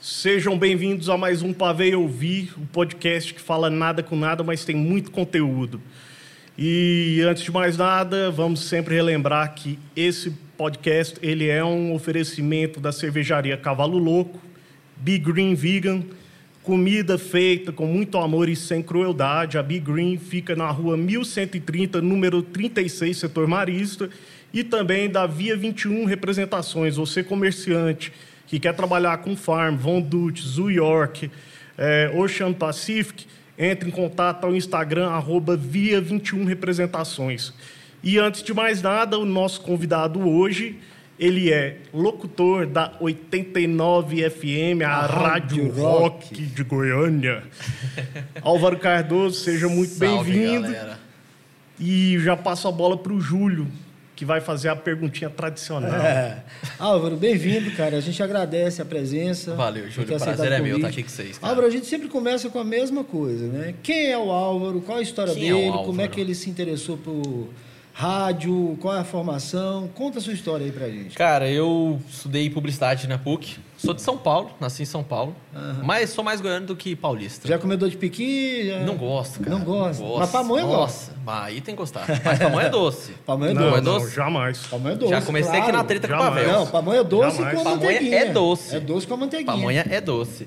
Sejam bem-vindos a mais um Pavei Ouvir, o um podcast que fala nada com nada, mas tem muito conteúdo. E antes de mais nada, vamos sempre relembrar que esse podcast ele é um oferecimento da cervejaria Cavalo Louco, Big Green Vegan, comida feita com muito amor e sem crueldade. A Big Green fica na rua 1130, número 36, setor Marista, e também da Via 21 Representações. Você comerciante que quer trabalhar com Farm, Von Dutch, Zoo York, é, Ocean Pacific, entre em contato ao Instagram, arroba via 21 representações. E antes de mais nada, o nosso convidado hoje, ele é locutor da 89 FM, a Rádio, Rádio Rock. Rock. de Goiânia. Álvaro Cardoso, seja muito bem-vindo. E já passo a bola para o Júlio, que vai fazer a perguntinha tradicional. É. Álvaro, bem-vindo, cara. A gente agradece a presença. Valeu, Júlio. O prazer é meu estar tá aqui com vocês. Cara. Álvaro, a gente sempre começa com a mesma coisa, né? Quem é o Álvaro? Qual a história Quem dele? É como é que ele se interessou por rádio? Qual é a formação? Conta a sua história aí pra gente. Cara, eu estudei publicidade na PUC. Sou de São Paulo, nasci em São Paulo. Uhum. Mas sou mais goiano do que paulista. Já comedor de piqui? Já... Não gosto, cara. Não gosto. Não gosto. Mas pamonha é gosta. Mas aí tem que gostar. Mas pamonha é doce. pamonha é doce. Não, é doce? Não, jamais. Pamonha é doce, Já comecei claro. aqui na treta jamais. com o Pavel. Não, pamonha é doce jamais. com a pamonha é doce. É doce com a manteiguinha. Pamonha é doce.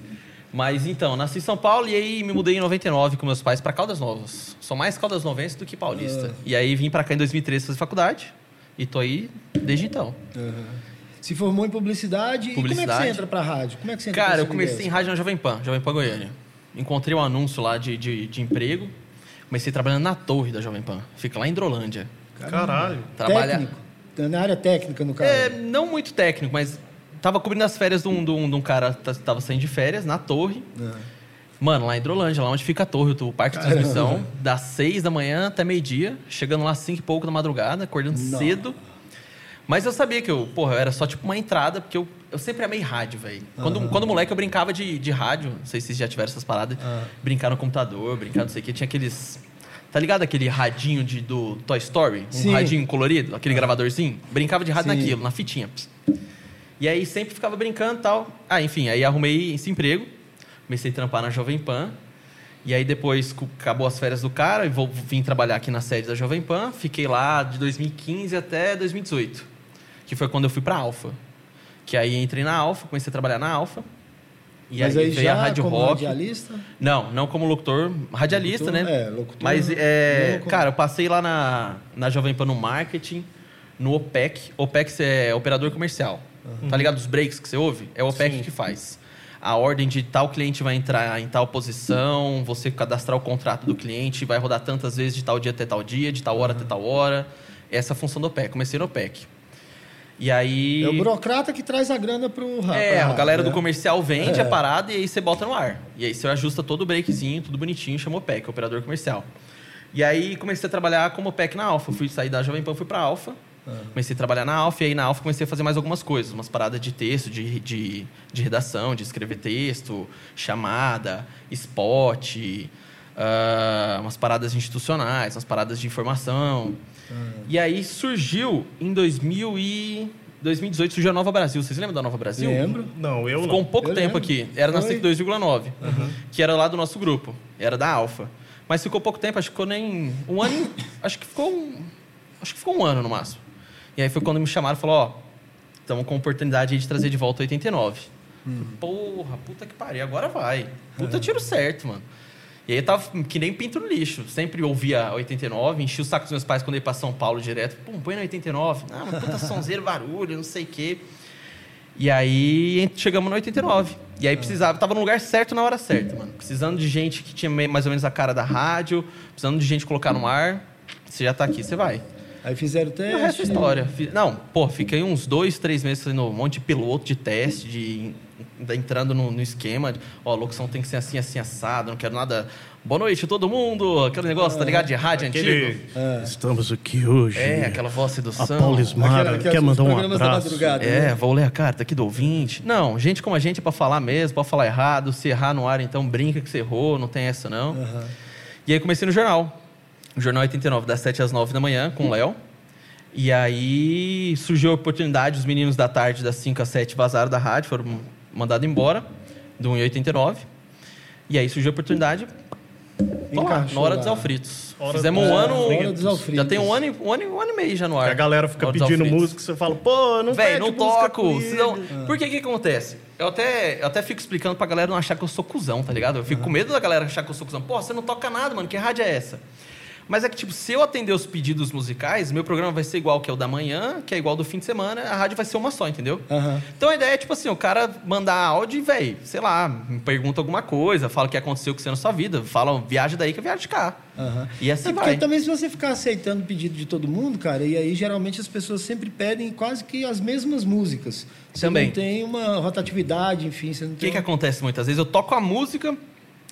Mas então, nasci em São Paulo e aí me mudei em 99 com meus pais para Caldas Novas. Sou mais Caldas Novense do que paulista. Uhum. Ah. E aí vim para cá em 2013 fazer faculdade e tô aí desde então. Uhum. Se formou em publicidade. publicidade. como é que você entra pra rádio? Como é que você entra Cara, eu comecei dessa? em rádio na Jovem Pan, Jovem Pan Goiânia. Encontrei um anúncio lá de, de, de, emprego. Comecei trabalhando na torre da Jovem Pan. Fica lá em Drolândia. Caralho. Trabalha... Técnico. Na área técnica, no caso. É, não muito técnico, mas tava cobrindo as férias de um, de um, de um cara que tava saindo de férias na torre. Ah. Mano, lá em Drolândia, lá onde fica a torre, o parque Caramba. de transmissão, das seis da manhã até meio-dia, chegando lá às cinco e pouco da madrugada, acordando não. cedo. Mas eu sabia que eu, porra, eu era só tipo uma entrada, porque eu, eu sempre amei rádio, velho. Quando, uhum. quando moleque eu brincava de, de rádio, não sei se vocês já tiveram essas paradas, uhum. brincar no computador, brincar não sei o que, tinha aqueles. Tá ligado aquele radinho de, do Toy Story? Um Sim. radinho colorido, Ah. aquele uhum. gravadorzinho? Brincava de rádio Sim. naquilo, na fitinha. E aí sempre ficava brincando e tal. Ah, enfim, aí arrumei esse emprego, comecei a trampar na Jovem Pan. E aí depois acabou as férias do cara, e vou, vim trabalhar aqui na sede da Jovem Pan, fiquei lá de 2015 até 2018 que foi quando eu fui para Alfa. Que aí entrei na Alfa, comecei a trabalhar na Alfa. E Mas aí, aí veio a Rádio como Rock. radialista? Não, não como locutor, radialista, locutor, né? É, locutor. Mas é, não, cara, eu passei lá na, na Jovem Pan no marketing, no OPEC. OPEC é operador comercial. Uhum. Tá ligado os breaks que você ouve? É o OPEC Sim. que faz. A ordem de tal cliente vai entrar em tal posição, você cadastrar o contrato do cliente, vai rodar tantas vezes de tal dia até tal dia, de tal hora uhum. até tal hora. Essa é a função do OPEC. Comecei no OPEC. E aí. É o burocrata que traz a grana pro rádio. É, a galera né? do comercial vende é. a parada e aí você bota no ar. E aí você ajusta todo o breakzinho, tudo bonitinho, chamou PEC, operador comercial. E aí comecei a trabalhar como PEC na Alfa. Fui sair da Jovem Pan, fui pra Alfa. Uhum. Comecei a trabalhar na Alfa e aí na Alfa comecei a fazer mais algumas coisas, umas paradas de texto, de, de, de redação, de escrever texto, chamada, spot, uh, umas paradas institucionais, umas paradas de informação. Hum. E aí surgiu em 2000 e 2018 surgiu a Nova Brasil. Vocês lembram da Nova Brasil? Lembro. Não, eu Ficou não. um pouco eu lembro. tempo aqui. Era na 102,9, uhum. que era lá do nosso grupo. Era da Alfa. Mas ficou pouco tempo, acho que ficou nem um ano, acho que ficou um, acho que ficou um ano no máximo. E aí foi quando me chamaram e falou, ó, estamos com a oportunidade de trazer de volta 89. Hum. Porra, puta que pariu, agora vai. Puta é. tiro certo, mano. E aí eu tava que nem pinto no lixo. Sempre ouvia 89, enchi o saco dos meus pais quando eu ia pra São Paulo direto. Pum, põe na 89. Ah, mas puta sonzeiro, barulho, não sei o quê. E aí chegamos na 89. E aí precisava, tava no lugar certo na hora certa, mano. Precisando de gente que tinha mais ou menos a cara da rádio, precisando de gente colocar no ar. Você já tá aqui, você vai. Aí fizeram teste. E o resto é história. Não, pô, fiquei uns dois, três meses fazendo um monte de piloto, de teste, de entrando no, no esquema, de, ó, a locução tem que ser assim, assim, assado, não quero nada. Boa noite, todo mundo! Aquele negócio, é, tá ligado? De rádio aquele, antigo. É. Estamos aqui hoje. É, aquela voz sedução. A Paula Esmara quer mandar um abraço. É, né? vou ler a carta aqui do ouvinte. Não, gente como a gente é pra falar mesmo, pra falar errado. Se errar no ar, então brinca que você errou, não tem essa não. Uhum. E aí comecei no jornal. O jornal 89, das 7 às 9 da manhã, com o Léo. E aí surgiu a oportunidade, os meninos da tarde, das 5 às 7, vazaram da rádio, foram mandado embora. do 1,89. E aí surgiu a oportunidade. Tô lá, na Encaixou hora lá. dos Alfritos. Hora Fizemos dos um ano. Hora dos Alfritos. Já tem um ano, e- um ano, e- um ano e meio já no ar. A galera fica Hora dos pedindo Alfritos. música, você fala, pô, não Véi, pede não música toco. comigo. Senão... Por que que acontece? Eu até, eu até fico explicando pra galera não achar que eu sou cuzão, tá ligado? Eu fico com medo da galera achar que eu sou cuzão. Pô, você não toca nada, mano. Que rádio é essa? Mas é que, tipo, se eu atender os pedidos musicais, meu programa vai ser igual que é o da manhã, que é igual do fim de semana, a rádio vai ser uma só, entendeu? Ah. Aham. Então a ideia é, tipo assim, o cara mandar áudio e, véi, sei lá, me pergunta alguma coisa, fala o que aconteceu com você na sua vida, fala, viaja daí que eu viajo de cá. Aham. E assim É porque vai. também se você ficar aceitando o pedido de todo mundo, cara, e aí geralmente as pessoas sempre pedem quase que as mesmas músicas. Você Também. não tem uma rotatividade, enfim, você não O que, tem... é que acontece muitas vezes? Eu toco a música,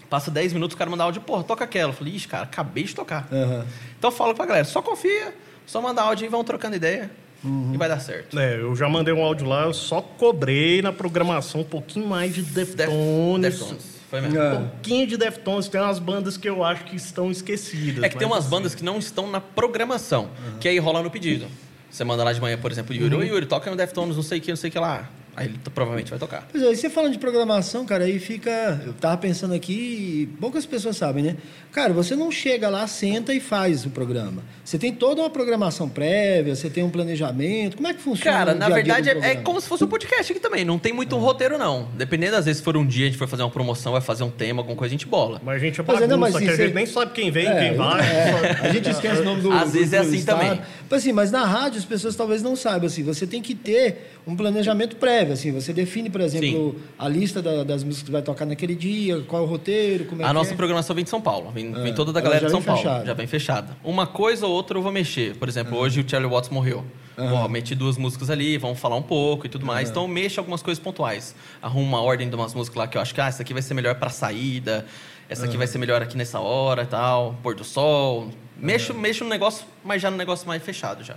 passa 10 minutos, o cara manda áudio, porra, toca aquela. Eu falei, ixi, cara, acabei de tocar. Aham. Então eu falo pra galera, só confia, só manda áudio e vão trocando ideia Uhum. e vai dar certo. É, eu já mandei um áudio lá, eu só cobrei na programação um pouquinho mais de Def- Deftones. Deftones, Então, Foi mesmo. É. Um pouquinho de Deftones, tem umas bandas que eu acho que estão esquecidas. É que tem mas umas bandas que não estão na programação, Uhum. que aí rola no pedido. Você manda lá de manhã, por exemplo, Yuri, ô Yuri, toca no Deftones, não sei o que, não sei o que lá. Aí ele t- provavelmente vai tocar. Pois é, e você falando de programação, cara, aí fica. Eu tava pensando aqui, e poucas pessoas sabem, né? Cara, você não chega lá, senta e faz o programa. Você tem toda uma programação prévia, você tem um planejamento. Como é que funciona? Cara, o na dia a dia verdade do é, é programa? É. como se fosse um podcast aqui também. Não tem muito roteiro, não. Dependendo, às vezes, se for um dia, a gente for fazer uma promoção, vai fazer um tema, alguma coisa, a gente bola. Mas a gente é Pois é, bagunça, não, mas que isso a gente é- nem sabe quem vem, É, quem vai. é, só- a gente esquece o nome do. Às do- vezes é do assim estado. também. Mas, assim, mas na rádio as pessoas talvez não saibam. Assim, você tem que ter um planejamento prévio. Assim, você define, por exemplo, a lista da- das músicas que vai tocar naquele dia, qual é o roteiro, como é a que nossa é. programação vem de São Paulo, vem, É, vem toda da ela galera já de São vem Paulo, fechada. Ah. já vem fechada. Uma coisa ou outra eu vou mexer. Por exemplo, hoje o Charlie Watts morreu. Porra, meti duas músicas ali, vamos falar um pouco e tudo Ah. mais. Então mexa algumas coisas pontuais. Arruma uma ordem de umas músicas lá que eu acho que ah, essa aqui vai ser melhor pra saída, essa Ah. aqui vai ser melhor aqui nessa hora e tal, pôr do sol. Mexo, mexo no negócio, mas já no negócio mais fechado já.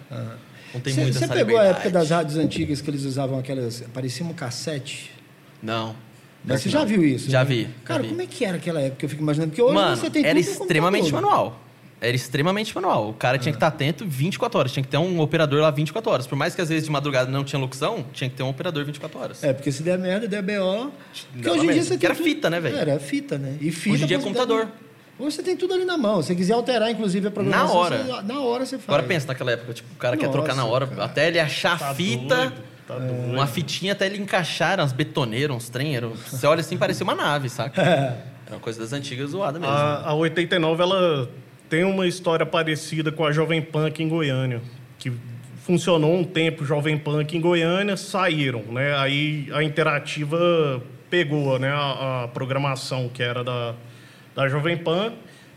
Não tem Você muita você essa Ah. pegou a época liberdade. das rádios antigas que eles usavam aquelas. parecia um cassete? Não. Mas você já viu isso? Já né? vi, já Cara, vi. como é que era aquela época? Eu fico imaginando. Porque hoje Mano, você tem era tudo no extremamente computador. É. manual. Era extremamente manual. O cara tinha que estar atento 24 horas. Tinha que ter um operador lá 24 horas. Por mais que às vezes de madrugada não tinha locução, tinha que ter um operador 24 horas. É, porque se der merda, der BO. Porque Dá hoje em dia merda. você tem Que era tudo- fita, né, velho? Era fita, né? E fita. Hoje em dia é você computador. Tá... Hoje você tem tudo ali na mão. Se você quiser alterar, inclusive, a programação. Na hora. você- na hora você faz. Agora pensa naquela época, tipo, o cara quer Nossa, trocar na hora, cara. até ele achar a Tá fita, doido, tá doido. uma fitinha até ele encaixar umas betoneiras, uns trenheiros. Você olha assim, parecia uma nave, saca? Era uma coisa das antigas zoada Ah, mesmo. A, a 89 ela tem uma história parecida com a Jovem Pan aqui em Goiânia, que funcionou um tempo Jovem Pan aqui em Goiânia, saíram, né? Aí a Interativa pegou, né, a, a programação que era da, da Jovem Pan.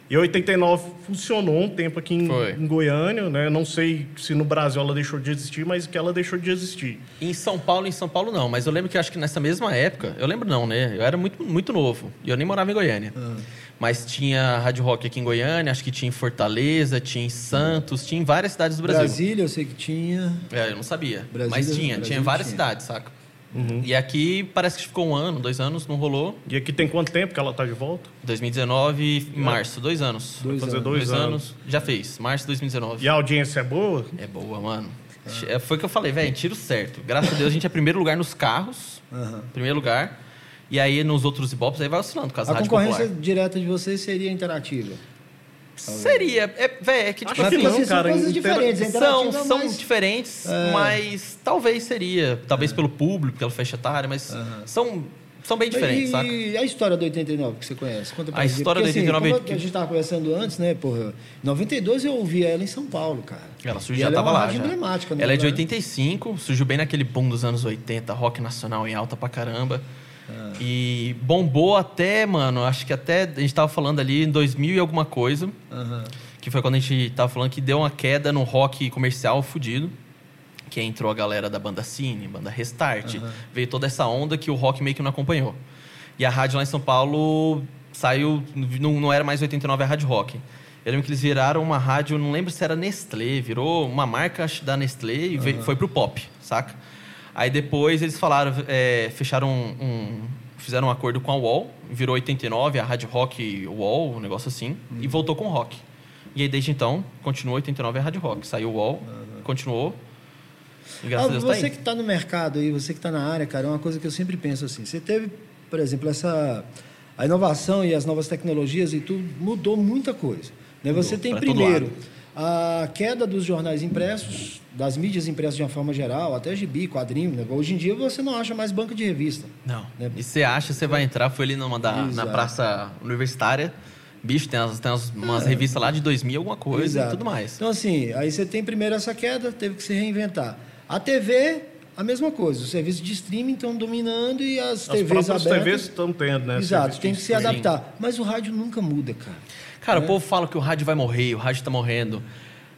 E 89 funcionou um tempo aqui em, Foi. em Goiânia, né? Não sei se no Brasil ela deixou de existir, mas que ela deixou de existir. Em São Paulo, em São Paulo não, mas eu lembro que acho que nessa mesma época, eu lembro não, né? Eu era muito, muito novo e eu nem morava em Goiânia. Ah. Mas tinha Rádio Rock aqui em Goiânia, acho que tinha em Fortaleza, tinha em Santos, tinha em várias cidades do Brasil. Brasília, eu sei que tinha. É, eu não sabia. Brasília- mas tinha, tinha Brasília em várias tinha. cidades, saca? Uhum. E aqui parece que ficou um ano, dois anos, não rolou. E aqui tem quanto tempo que ela tá de volta? 2019, em março, dois anos. É. Dois fazer anos. dois anos. Já fez, março de 2019. E a audiência é boa? É boa, mano. Ah. É, Foi o que eu falei, velho, tiro certo. Graças a Deus a gente é primeiro lugar nos carros. Aham. Primeiro lugar. E aí nos outros Ibopes aí vai oscilando com as A rádios concorrência popular. direta de vocês seria a interativa. Seria. É, véi, é que tipo Acho que assim, não, assim, são cara, coisas intera- diferentes. É. A São, interativa é são mais- diferentes, mas talvez seria. É. Talvez pelo público, pela faixa etária, mas são, são bem diferentes, e, saca? e a história do 89 que você conhece? Conta pra A gente. história Porque, assim, do 89 como a gente estava conversando antes, né, porra? Em 92 eu ouvi ela em São Paulo, cara. Ela E surgiu, já ela tava é uma lá. rádio já. emblemática, né? Ela é de Lá, né? 85, surgiu bem naquele boom dos anos 80, rock nacional em alta pra caramba. É. E bombou até, mano, acho que até a gente tava falando ali em 2000 e alguma coisa. Aham. Que foi quando a gente tava falando que deu uma queda no rock comercial fudido. Que entrou a galera da banda Cine, banda Restart. Veio toda essa onda que o rock meio que não acompanhou. E a rádio lá em São Paulo saiu, não, não era mais 89, a rádio rock. Eu lembro que eles viraram uma rádio, não lembro se era Nestlé, virou uma marca acho, da Nestlé e veio- foi pro pop, saca? Aí depois eles falaram, é, fecharam um, um- fizeram um acordo com a UOL, virou 89, a rádio rock UOL, um negócio assim, e voltou com o rock. E aí, desde então, continuou 89 é Rádio Rock. Saiu o UOL, continuou. E graças Ah, a Deus tá você tá aí. que está no mercado aí, você que está na área, cara, é uma coisa que eu sempre penso assim. Você teve por exemplo, essa a inovação e as novas tecnologias e tudo mudou muita coisa. Né? Você tem pra todo primeiro lado. a queda dos jornais impressos, das mídias impressas de uma forma geral, até gibi, quadrinho. né? Hoje em dia você não acha mais banca de revista. Não. Né? E você acha, você vai entrar, foi ali numa da, na Exato. praça universitária. Bicho, tem, as, tem as- umas revistas lá de 2000, alguma coisa e É. Exato. tudo mais. Então, assim, aí você tem primeiro essa queda, teve que se reinventar. A TV, a mesma coisa. Os serviços de streaming estão dominando e As as, TVs próprias abertas. TVs estão tendo, né? Exato, serviço tem de que se streaming. adaptar. Mas o rádio nunca muda, cara. Cara, o povo fala que o rádio vai morrer, o rádio tá morrendo.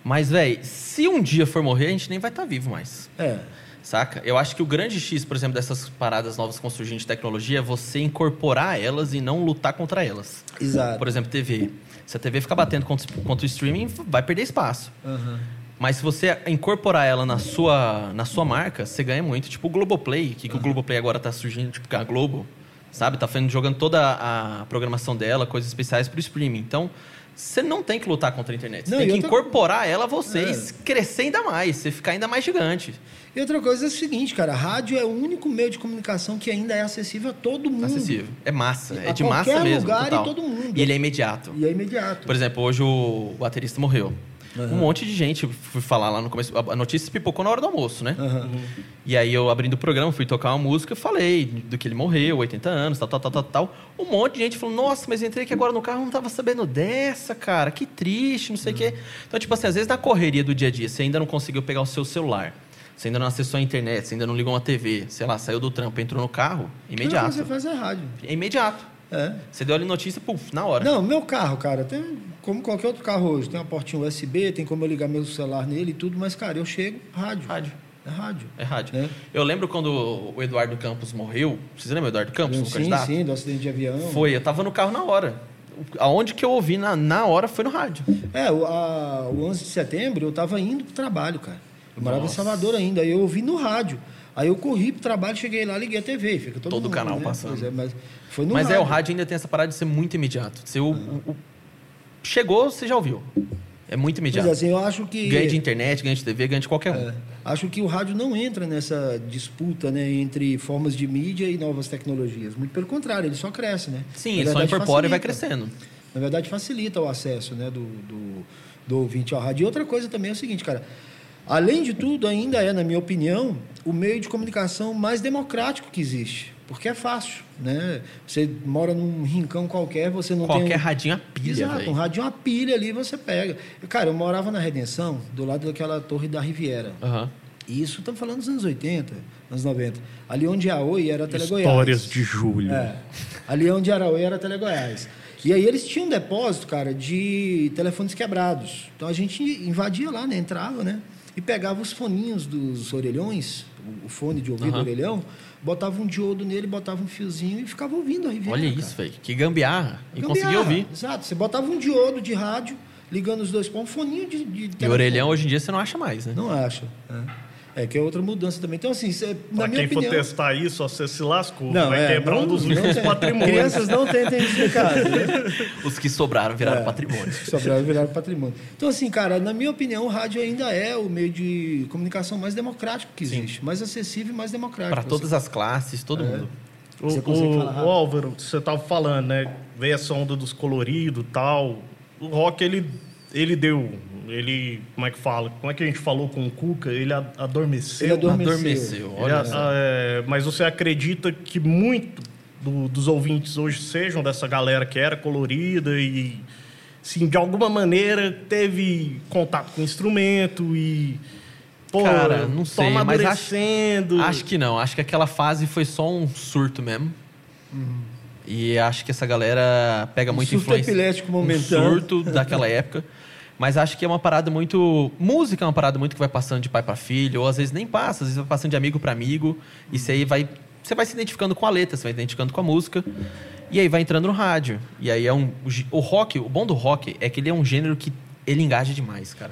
Mas, velho, se um dia for morrer, a gente nem vai estar vivo mais. É. Saca? Eu acho que o grande X, por exemplo, dessas paradas novas que vão surgindo de tecnologia é você incorporar elas e não lutar contra elas. Exato. Por exemplo, TV. Se a TV ficar batendo contra, contra o streaming, vai perder espaço. Aham. Mas se você incorporar ela na sua, na sua marca, você ganha muito. Tipo o Globoplay, que, que o Uhum. Globoplay agora tá surgindo, tipo, a Globo, sabe? Tá fazendo, jogando toda a programação dela, coisas especiais pro streaming. Então, você não tem que lutar contra a internet. Você Não, e tem que outra- É. incorporar ela a vocês, crescer ainda mais, você ficar ainda mais gigante. E outra coisa é o seguinte, cara, a rádio é o único meio de comunicação que ainda é acessível a todo mundo. Acessível. É massa, Uhum. A é de massa qualquer mesmo. lugar e total. todo mundo. E ele é imediato. E é imediato. Por exemplo, hoje o baterista morreu. Um monte de gente fui falar lá no começo. A a notícia pipocou na hora do almoço, né? E aí eu abrindo o programa, fui tocar uma música, falei do que ele morreu, 80 anos, tal, tal, tal, tal, tal. Um monte de gente falou, nossa, mas entrei aqui agora no carro, não tava sabendo dessa, cara, que triste, não sei o quê. Então, tipo assim, às vezes na correria do dia a dia, você ainda não conseguiu pegar o seu celular. Você ainda não acessou a internet, você ainda não ligou uma TV, sei lá, saiu do trampo, entrou no carro, A primeira coisa que imediato. Você faz é a rádio. É imediato. É. Você deu ali notícia, puf, na hora. Não, meu carro, cara, tem como qualquer outro carro hoje, tem uma portinha USB, tem como eu ligar meu celular nele e tudo, mas, cara, eu chego, rádio. Rádio. É rádio. É rádio. Né? Eu lembro quando o Eduardo Campos morreu. Vocês lembram do Eduardo Campos, o Sim, candidato? sim, do acidente de avião. Foi, eu tava no carro na hora. O- Aonde que eu ouvi na, na hora foi no rádio. É, o, a- o 11 de setembro eu tava indo pro trabalho, cara. Eu morava Nossa. em Salvador ainda, aí eu ouvi no rádio. Aí eu corri pro trabalho, cheguei lá, liguei a TV. Fica todo Todo mundo, canal né? passando. Pois é, mas foi no Mas é, o rádio ainda tem essa parada de ser muito imediato. Você, o, o- o- chegou, você já ouviu. É muito Mas imediato. assim, eu acho que. Ganha de internet, ganha de TV, ganha de qualquer um. É, acho que o rádio não entra nessa disputa né, entre formas de mídia e novas tecnologias. Muito pelo contrário, ele só cresce, né? Sim, Na ele só verdade, incorpora e vai facilita. crescendo. Na verdade, facilita o acesso né, do, do, do ouvinte ao rádio. E outra coisa também é o seguinte, cara. Além de tudo, ainda é, na minha opinião, o meio de comunicação mais democrático que existe. Porque é fácil, né? Você mora num rincão qualquer, você não qualquer tem... um- radinho a pilha, Exato, um velho. rádio, uma pilha ali, você pega. Cara, eu morava na Redenção, do lado daquela torre da Riviera. Aham. E isso estamos falando dos anos 80, anos 90. Ali onde a Oi era a Tele Histórias Goiás. de julho. É. Ali onde era a Oi era a Tele Goiás. E aí eles tinham um depósito, cara, de telefones quebrados. Então a gente invadia lá, né? Entrava, né? E pegava os foninhos dos orelhões, o- o fone de ouvido, Aham. orelhão, botava um diodo nele, botava um fiozinho e ficava ouvindo a Riviera. Olha É, cara. isso, velho. Que gambiarra. E Gambiarra, consegui ouvir. Exato. Você botava um diodo de rádio, ligando os dois pontos, um foninho de, de E telefone. orelhão hoje em dia você não acha mais, né? Não acho. É, É, que é outra mudança também. Então, assim, cê- na Pra minha quem opinião... for testar isso, ó, você se lascou. Não, vai é, quebrar não- um dos não últimos tem- patrimônios. Crianças não tentem isso em casa. né? Os que sobraram É. viraram patrimônio. Sobraram viraram patrimônio. Então, assim, cara, na minha opinião, o rádio ainda é o meio de comunicação mais democrático que existe. Mais acessível e mais democrático. Para todas as classes, É. todo mundo. O, Você consegue o- falar rápido. o Álvaro, você tava falando, né? Veio essa onda dos coloridos tal. O rock, ele, ele deu. Ele. Como é que fala? Como é que a gente falou com o Cuca? Ele a- adormeceu. Ele adormeceu. Adormeceu. Ele Olha a- só. a- é, mas você acredita que muito do- dos ouvintes hoje sejam dessa galera que era colorida e, sim, de alguma maneira teve contato com o instrumento e. Pô, Cara, não sei, toma mas acho- amadurecendo. Acho que não. Acho que aquela fase foi só um surto mesmo. E acho que essa galera pega Uhum. Um muito surto influência. epilético momentâneo. Um surto daquela época. Mas acho que é uma parada muito. Música é uma parada muito que vai passando de pai pra filho, ou às vezes nem passa, às vezes vai passando de amigo pra amigo. E você aí vai. Você vai se identificando com a letra, você vai se identificando com a música. E aí vai entrando no rádio. E aí é um. o gê- O rock, o bom do rock é que ele é um gênero que ele engaja demais, cara.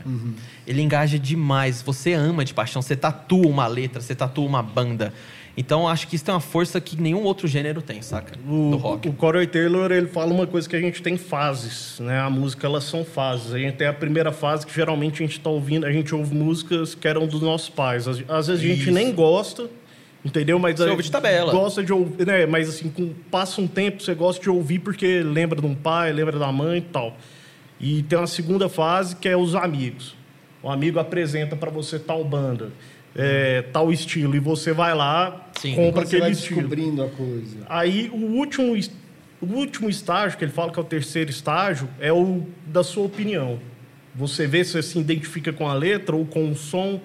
Ele engaja demais. Você ama de paixão, você tatua uma letra, você tatua uma banda. Então acho que isso tem uma força que nenhum outro gênero tem, saca? O, do rock. o Corey Taylor, ele fala uma coisa que a gente tem fases, né? A música, elas são fases. A gente tem a primeira fase que geralmente a gente tá ouvindo, a gente ouve músicas que eram dos nossos pais. Às, às vezes a gente nem gosta Entendeu? Mas Você aí, ouve de tabela. Gosta de ouvir, né? Mas assim, com- passa um tempo, você gosta de ouvir porque lembra de um pai, lembra da mãe e tal. E tem uma segunda fase que é os amigos. O amigo apresenta pra você tal banda, é, tal estilo, e você vai lá, Sim. compra Quando Então você vai aquele estilo. descobrindo a coisa. Aí o último, es- o último estágio, que ele fala que é o terceiro estágio, é o da sua opinião. Você vê se você se identifica com a letra ou com o som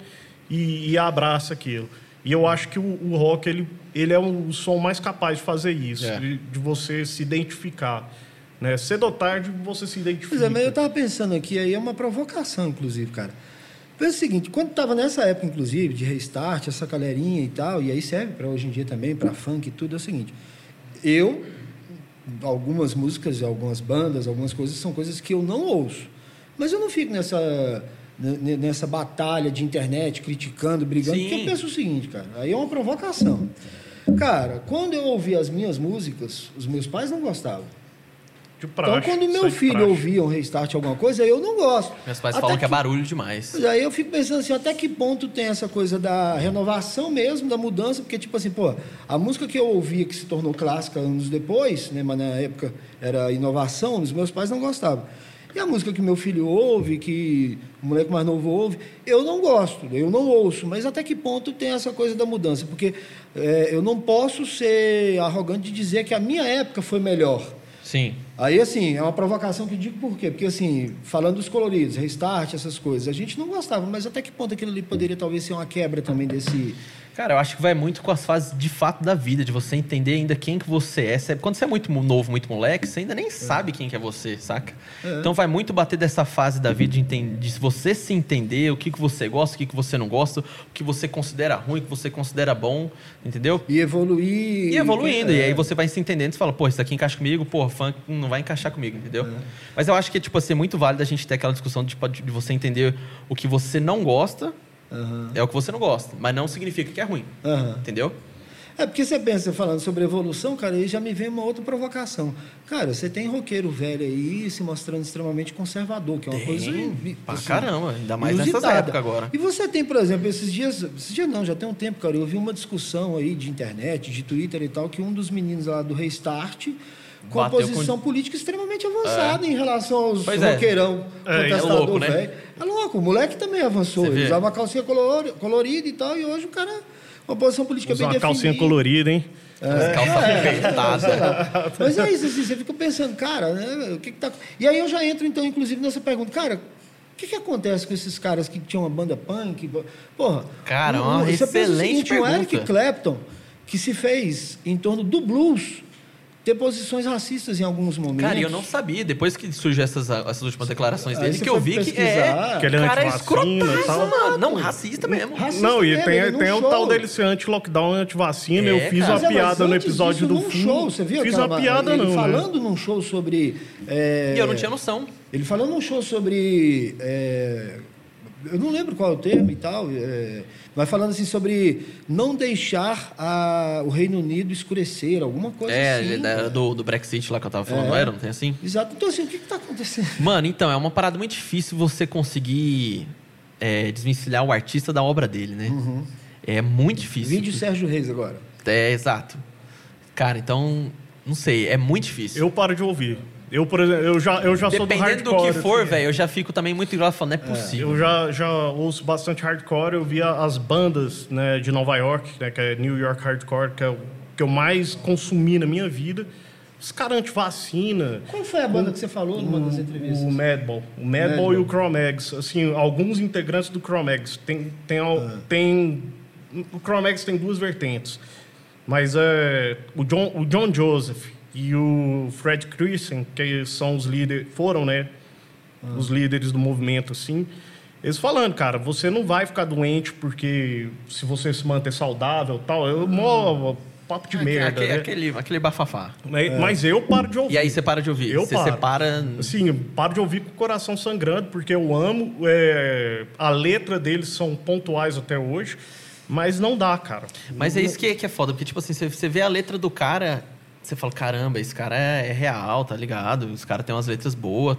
e, e abraça aquilo. E eu acho que o, o rock ele, ele é o som mais capaz de fazer isso, É. de, de você se identificar. Né? Cedo ou tarde você se Pois identifica. é, mas eu tava pensando aqui, aí é uma provocação, inclusive, cara. Pensa o seguinte, quando tava nessa época, inclusive, de restart, essa galerinha e tal, e aí serve para hoje em dia também, para funk e tudo, é o seguinte. Eu, algumas músicas, algumas bandas, algumas coisas, são coisas que eu não ouço. Mas eu não fico nessa, ne- nessa batalha de internet, criticando, brigando, Sim. porque eu penso o seguinte, cara, aí é uma provocação. Cara, quando eu ouvi as minhas músicas, os meus pais não gostavam. De Então, praxe, quando sai meu de filho praxe. ouvia um restart alguma coisa, eu não gosto. Meus pais Até falam que... é barulho demais. Aí eu fico pensando assim, até que ponto tem essa coisa da renovação mesmo, da mudança, porque, tipo assim, pô, a música que eu ouvia que se tornou clássica anos depois, né, mas na época era inovação, os meus pais não gostavam. E a música que meu filho ouve, que o moleque mais novo ouve, eu não gosto, eu não ouço, mas até que ponto tem essa coisa da mudança? Porque eh, eu não posso ser arrogante de dizer que a minha época foi melhor. Sim. Aí, assim, é uma provocação que eu digo por quê? Porque, assim, falando dos coloridos, restart, essas coisas, a gente não gostava, mas até que ponto aquilo ali poderia talvez ser uma quebra também desse. Cara, eu acho que vai muito com as fases de fato da vida, de você entender ainda quem que você é. Você- Quando você é muito mo- novo, muito moleque, você ainda nem sabe quem que é você, saca? Então vai muito bater dessa fase da vida de, enten- de você se entender, o que, que você gosta, o que, que você não gosta, o que você considera ruim, o que você considera bom, entendeu? E evoluir. E evoluindo, É. e aí você vai se entendendo, você fala, pô, isso aqui encaixa comigo, pô, funk não vai encaixar comigo, entendeu? Mas eu acho que, tipo assim, é muito válido a gente ter aquela discussão de, tipo, de você entender o que você não gosta, Aham. é o que você não gosta, mas não significa que é ruim, Aham. entendeu? É porque você pensa, falando sobre evolução, cara, aí já me vem uma outra provocação. Cara, você tem roqueiro velho aí se mostrando extremamente conservador, que é uma coisa. Tem, pra assim, caramba, ainda mais nessas inusitada. épocas agora. E você tem, por exemplo, esses dias, esses dias não, já tem um tempo, cara, eu vi uma discussão aí de internet, de Twitter e tal, que um dos meninos lá do Restart com a Bateu com- posição política extremamente avançada em relação aos Pois é. roqueirão, É, é contestador louco, né? velho. É louco, o moleque também avançou, Você ele vê? usava uma calcinha color- colorida e tal, e hoje o cara uma posição política Usa bem uma definida. calcinha colorida, hein? É. As calças Sei apertadas. lá. Mas é isso, assim, você fica pensando, cara, né, o que, que tá. E aí eu já entro, então, inclusive, nessa pergunta, cara. O que, que acontece com esses caras que tinham uma banda punk? Porra. Cara, é um- uma um- você pensa o excelente seguinte, O Eric pergunta. Clapton, que se fez em torno do blues, ter posições racistas em alguns momentos. Cara, e eu não sabia, depois que surgiu essas, essas últimas declarações Aí dele, você que eu foi vi que é. pesquisar. Que ele é cara, é antivacina e escrotaço, tal. mano. Não, racista mesmo. Racista Não, e mesmo, ele tem, num tem o show. tal dele ser anti-lockdown, anti-vacina. É, eu fiz cara. Mas Mas uma é, mas piada no antes episódio disso, do num fim. show, você viu? Fiz aquela- uma piada, ele não. né? falando num show sobre. é, E eu não tinha noção. Ele falou num show sobre. é, eu não lembro qual é o termo e tal, é, mas falando assim sobre não deixar a- o Reino Unido escurecer, alguma coisa É, assim. É. da- do, do Brexit lá que eu tava falando, não era? Não tem assim? Exato. Então, assim, o que está acontecendo? Mano, então, é uma parada muito difícil você conseguir é, desvencilhar o artista da obra dele, né? É muito difícil. Uhum. Vídeo Sérgio Reis agora. É, exato. Cara, então, não sei, é muito difícil. Eu paro de ouvir. Eu, por exemplo, eu já, eu já sou do Dependendo hardcore. do que for, assim. velho, eu já fico também muito engraçado falando, não é possível. Eu já, já ouço bastante hardcore, eu via as bandas né, de Nova York, né, que é New York Hardcore, que é o que eu mais consumi na minha vida. Os caras anti-vacina, Qual foi a banda que você falou numa das entrevistas? o Um, Madball. O Madball Madball. e o Chromex. Assim, alguns integrantes do Chromex. Tem, tem, al- tem, o Chromex tem duas vertentes. Mas é, o, John, o John Joseph e o Fred Christian, que são os líderes, foram, né? Os líderes do movimento, assim. Eles falando, cara, você não vai ficar doente porque se você se manter saudável e tal. Eu mó papo de Aque- merda, aque- né? aquele, aquele bafafá. Mas- Mas eu paro de ouvir. E aí você para de ouvir. Eu você paro. separa. Assim, eu paro de ouvir com o coração sangrando, porque eu amo. é, a letra deles são pontuais até hoje, mas não dá, cara. Mas é isso que, que é foda, porque, tipo assim, você, você vê a letra do cara, você fala, caramba, esse cara é, é real, tá ligado? Os caras têm umas letras boas.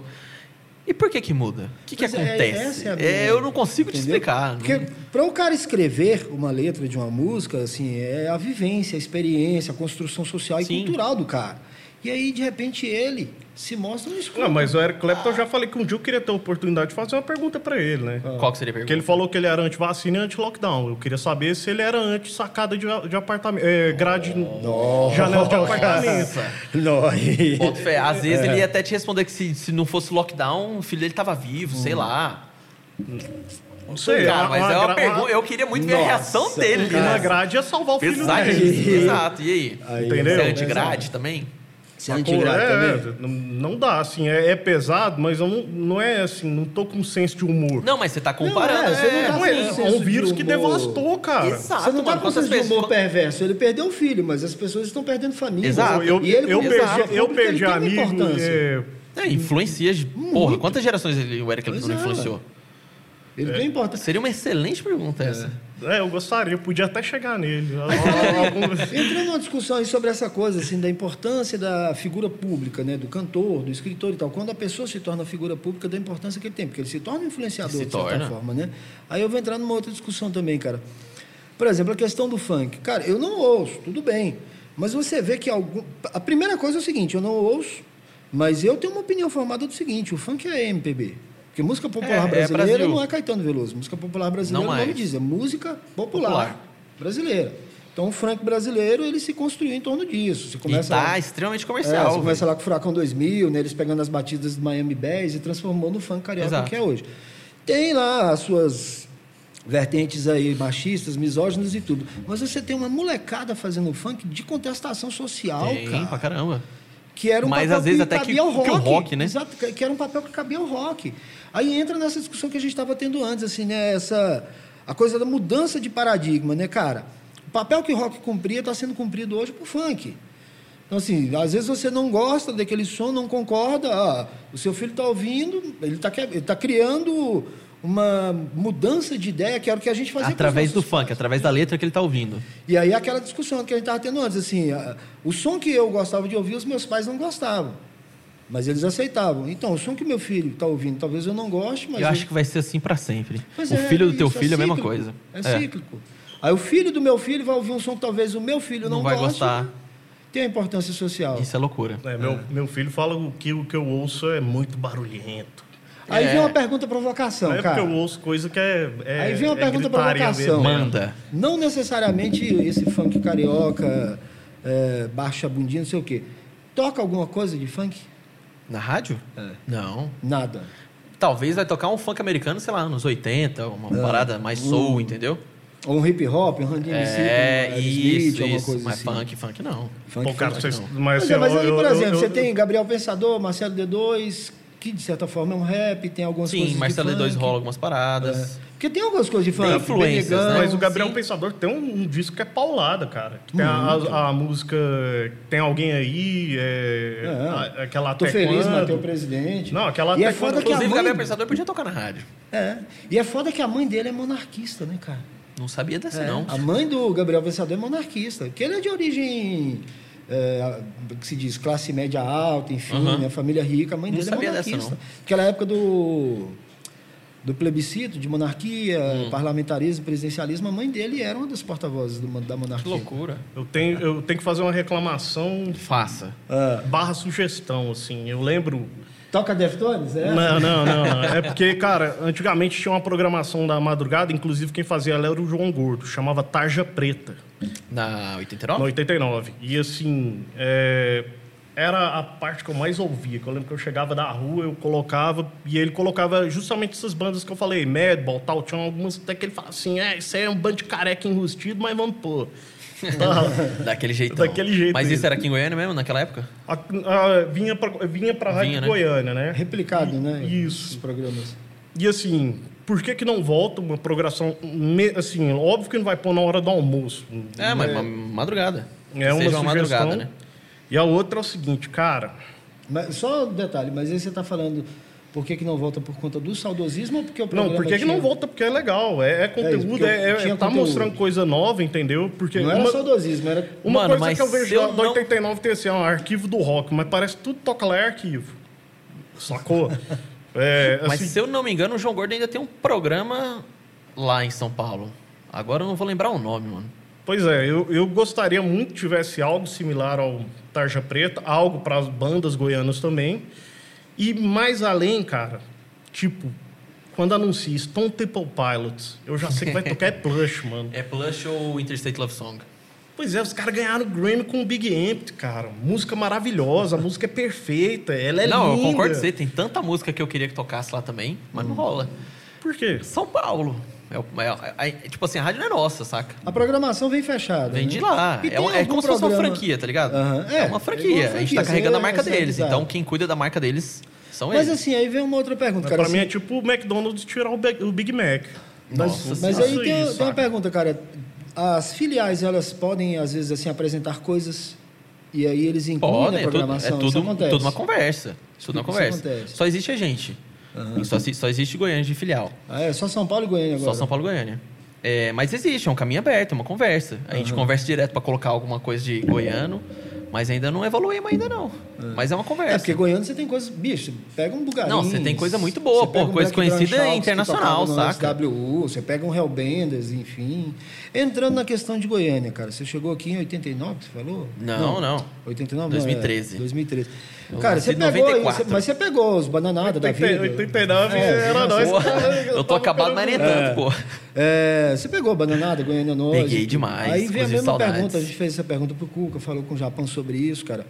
E por que que muda? O que, que Mas é- acontece? essa é a É, eu não consigo te Entendeu? explicar. Porque para o cara escrever uma letra de uma música, assim, é a vivência, a experiência, a construção social e Sim. cultural do cara. E aí, de repente, ele se mostra um escuro. Não, mas o Eric Clapton, eu já falei que um dia eu queria ter a oportunidade de fazer uma pergunta pra ele, né? Qual que seria a Porque pergunta? ele falou que ele era anti-vacina e anti-lockdown. Eu queria saber se ele era anti-sacada de, de apartamento. É, grade. Janela de apartamento. Não, aí- Boto fé. Às vezes É. ele ia até te responder que se, se não fosse lockdown, o filho dele tava vivo, Hum. sei lá. Não sei. cara, mas é uma gra- pergunta. Eu queria muito ver a reação Nossa, dele. uma- uma né? grade ia salvar o filho dele. Pesadíssimo, exato. E aí? Aí, né? Entendeu? Você é antigrade também? Você é antigrado É, também? não, não dá, assim, é, é pesado, mas eu não, não é assim, não tô com senso de humor. Não, mas você tá comparando. Não, é, você não é. tá Não, é, com é senso um de vírus que humor. devastou, cara. Exato, Você não tá mano. com Quantas senso de vezes... humor perverso. Ele perdeu o filho, mas as pessoas estão perdendo família. Exato. Eu, E ele, eu como perdi, pessoa eu pública, perdi ele tem uma amigo. importância. é, É, influencia. de- Porra, quantas gerações ele, o Eric Clapton tá- Pois é, influenciou? Ele tem importância. Seria uma excelente pergunta essa. é, eu gostaria, eu podia até chegar nele. Entrando numa discussão aí sobre essa coisa, assim, da importância da figura pública, né? Do cantor, do escritor e tal. Quando a pessoa se torna figura pública, da importância que ele tem, porque ele se torna um influenciador, Se de certa torna. forma, né? Aí eu vou entrar numa outra discussão também, cara. Por exemplo, a questão do funk. Cara, eu não ouço, tudo bem. Mas você vê que algum... A primeira coisa é o seguinte, eu não ouço, mas eu tenho uma opinião formada do seguinte, o funk é MPB. Porque música É, popular é brasileira Brasil. não é Caetano Veloso. Música popular brasileira, Não o nome mais. diz, é música Popular. popular brasileira. Então, o funk brasileiro, ele se construiu em torno disso. Você começa, e tá extremamente é, comercial. você começa velho. lá com o Furacão 2000, né, eles pegando as batidas do Miami Bass e transformou no funk carioca Exato. que é hoje. Tem lá as suas vertentes aí machistas, misóginas e tudo. Mas você tem uma molecada fazendo funk de contestação social, Tem, cara. pra caramba. Que era um Mas, papel às vezes, que até que- cabia ao rock. que o rock, né? Exato, que que era um papel que cabia ao rock. Aí entra nessa discussão que a gente estava tendo antes, assim, né? Essa, a coisa da mudança de paradigma, né, cara? O papel que o rock cumpria está sendo cumprido hoje por funk. Então, assim, às vezes você não gosta daquele som, não concorda, ah, o seu filho está ouvindo, ele está tá criando uma mudança de ideia, que era o que a gente fazia com os Através do nossos funk, através da letra que ele tá ouvindo. e aí aquela discussão que a gente estava tendo antes, assim, a- o som que eu gostava de ouvir, os meus pais não gostavam. Mas eles aceitavam. Então, o som que meu filho está ouvindo, talvez eu não goste, mas. eu acho que vai ser assim pra sempre. Pois o é, filho do teu isso, filho é a mesma cíclico, coisa. É cíclico. Aí o filho do meu filho vai ouvir um som que talvez o meu filho não, É, Não vai goste, gostar. né? Tem a importância social. Isso é loucura. É, meu, meu filho fala o que o que eu ouço é muito barulhento. Aí É. vem uma pergunta provocação, é Então, cara. porque eu ouço coisa que é. é- Aí vem uma é pergunta pra gritaria mesmo. vocação. Manda. Não necessariamente esse funk carioca, é, baixa bundinha, não sei o quê. Toca alguma coisa de funk? Na rádio? É. Não. Nada. Talvez vai tocar um funk americano, sei lá, anos 80, uma É. parada mais soul, entendeu? Ou um hip hop, um Randy MC, um É, Aerosmith, isso, alguma isso. coisa Mas assim. funk, funk não. Funk, Pô, cara, funk. vocês- mas, Mas, assim, é, mas eu- aí, eu- por eu- exemplo, eu- você tem Gabriel Pensador, Marcelo D2, que de certa forma é um rap, tem algumas coisas Sim, de Marcelo funk. É. D2 rola algumas paradas. Porque tem algumas coisas de funk. influências, Benegão, né? Mas o Gabriel Sim. Pensador tem um, um disco que é paulada, cara. Que Tem a, a- a música Tem Alguém Aí, é, É. a- aquela Tô até feliz, quando. Mateu Presidente. Não, aquela e é até foda quando- que a Inclusive, o mãe... Gabriel Pensador podia tocar na rádio. É. E é foda que a mãe dele é monarquista, né, cara? Não sabia dessa, É, não. A mãe do Gabriel Pensador é monarquista, que ele é de origem, é, a- que se diz, classe média alta, enfim, Aham. né, família rica. A mãe Não dele sabia é dessa, monarquista. não. Aquela época do, do plebiscito, de monarquia, Hum. parlamentarismo, presidencialismo, a mãe dele era uma das porta-vozes do mon- da Que monarquia. loucura. Eu tenho, eu tenho que fazer uma reclamação Faça. Ah, barra sugestão, assim. Eu lembro. toca Deftones, é? Não, não, não, não. É porque, cara, antigamente tinha uma programação da madrugada, inclusive quem fazia ela era o João Gordo, chamava Tarja Preta. Na 89? No 89. E assim, é, era a parte que eu mais ouvia. Que eu lembro que eu chegava da rua, eu colocava, e ele colocava justamente essas bandas que eu falei, Madball, tal, tinha algumas até que ele falava assim: é, isso aí é um bando de careca enrustido, mas vamos pôr. Tá. Daquele jeitão. Daquele jeito Mas isso mesmo. era aqui em Goiânia mesmo, naquela época? A- a- vinha pra, vinha pra Rádio Vinha, né? Goiânia, né? Replicado, né? Isso. Os programas. E assim, por que que não volta uma programação, me- assim, óbvio que não vai pôr na hora do almoço. É, mas ma- madrugada. É uma Seja sugestão. uma madrugada, né? E a outra é o seguinte, cara, Mas, só um detalhe, mas aí você está falando por que, que não volta por conta do saudosismo ou porque o Não, programa por que, que tinha- não volta? Porque é legal, é, é conteúdo, porque é, é- tinha tá conteúdo. mostrando coisa nova, entendeu? Porque Não era uma, saudosismo, era uma Mano, coisa mas que eu se vejo eu lá do não- 89 tem assim, ó, arquivo do rock, mas parece que tudo toca lá é arquivo. Sacou? É, Mas assim, se eu não me engano, o João Gordo ainda tem um programa lá em São Paulo. Agora eu não vou lembrar o nome, mano. Pois é, eu, eu gostaria muito que tivesse algo similar ao Tarja Preta, algo para as bandas goianas também. E mais além, cara, tipo, quando anuncia Stone Temple Pilots, eu já sei que vai tocar é plush, mano. É Plush ou Interstate Love Song? Pois é, os caras ganharam o Grammy com o Big Empty, cara. Música maravilhosa, a música é perfeita, ela é não, linda. eu concordo com você. Tem tanta música que eu queria que tocasse lá também, mas não rola. Por quê? São Paulo. É, o- é- é- é- tipo assim, a rádio não é nossa, saca? A programação vem fechada. Vem né? de lá. E É, tem um- é algum como se fosse uma programa- franquia, tá ligado? Aham, É, é, uma é franquia. igual A gente tá franquia, carregando a sem- marca sem deles. avisar. Então quem cuida da marca deles são Mas eles. assim, aí vem uma outra pergunta, cara. Pra mim é assim, tipo o McDonald's tirar o Be- o Big Mac. Nossa é Mas- é Mas Isso aí tem, um aí, tem saca. uma pergunta, cara. As filiais, elas podem, às vezes, assim, apresentar coisas e aí eles incluem Podem, a é tudo, é programação. tudo, Isso acontece. tudo uma conversa. Tudo uma Isso conversa. acontece. Só existe a gente. Só, se- só existe Goiânia de filial. Ah, é só São Paulo e Goiânia agora. Só São Paulo e Goiânia. É, mas existe, é um caminho aberto, é uma conversa. A gente conversa direto pra colocar alguma coisa de goiano, mas ainda não evoluímos ainda não. Mas é uma É, conversa. porque Goiânia você tem coisas... Bicho, pega um bugarim. Não, você tem coisa muito boa, pô, um coisa conhecida é internacional, saca? SWU, você pega um Hellbenders, enfim. Entrando na questão de Goiânia, cara. Você chegou aqui em 89, você falou? Não, não. 89? 2013. Não, é, 2013. Eu Cara, nasci você em pegou, 94. você- mas você pegou os bananadas da vida. 89 era nós. Pô, cara, eu tô acabado, mas nem tanto, pô. É, você pegou bananada, Goiânia Noise? Peguei demais, Aí vem a inclusive mesma saudades. pergunta, a gente fez essa pergunta pro Cuca, falou com o Japão sobre isso, cara.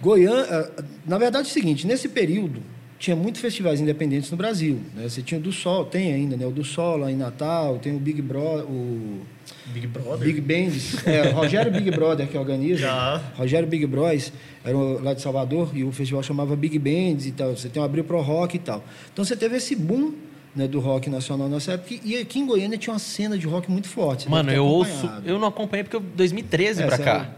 Goiânia, na verdade é o seguinte, nesse período tinha muitos festivais independentes no Brasil, né? Você tinha o do Sol, tem ainda, né? O do Sol lá em Natal, tem o Big Brother, o Big Brother. Big Bands, é, o Rogério Big Brother que organiza. Já. Rogério Big Bros, era o- lá de Salvador, e o festival chamava Big Bands e tal. Você tem o Abril Pro Rock e tal. Então você teve esse boom né, do rock nacional nessa época. E aqui em Goiânia tinha uma cena de rock muito forte. você Mano, deve ter eu ouço. acompanhado. Eu não acompanhei porque eu 2013 É, pra você cá.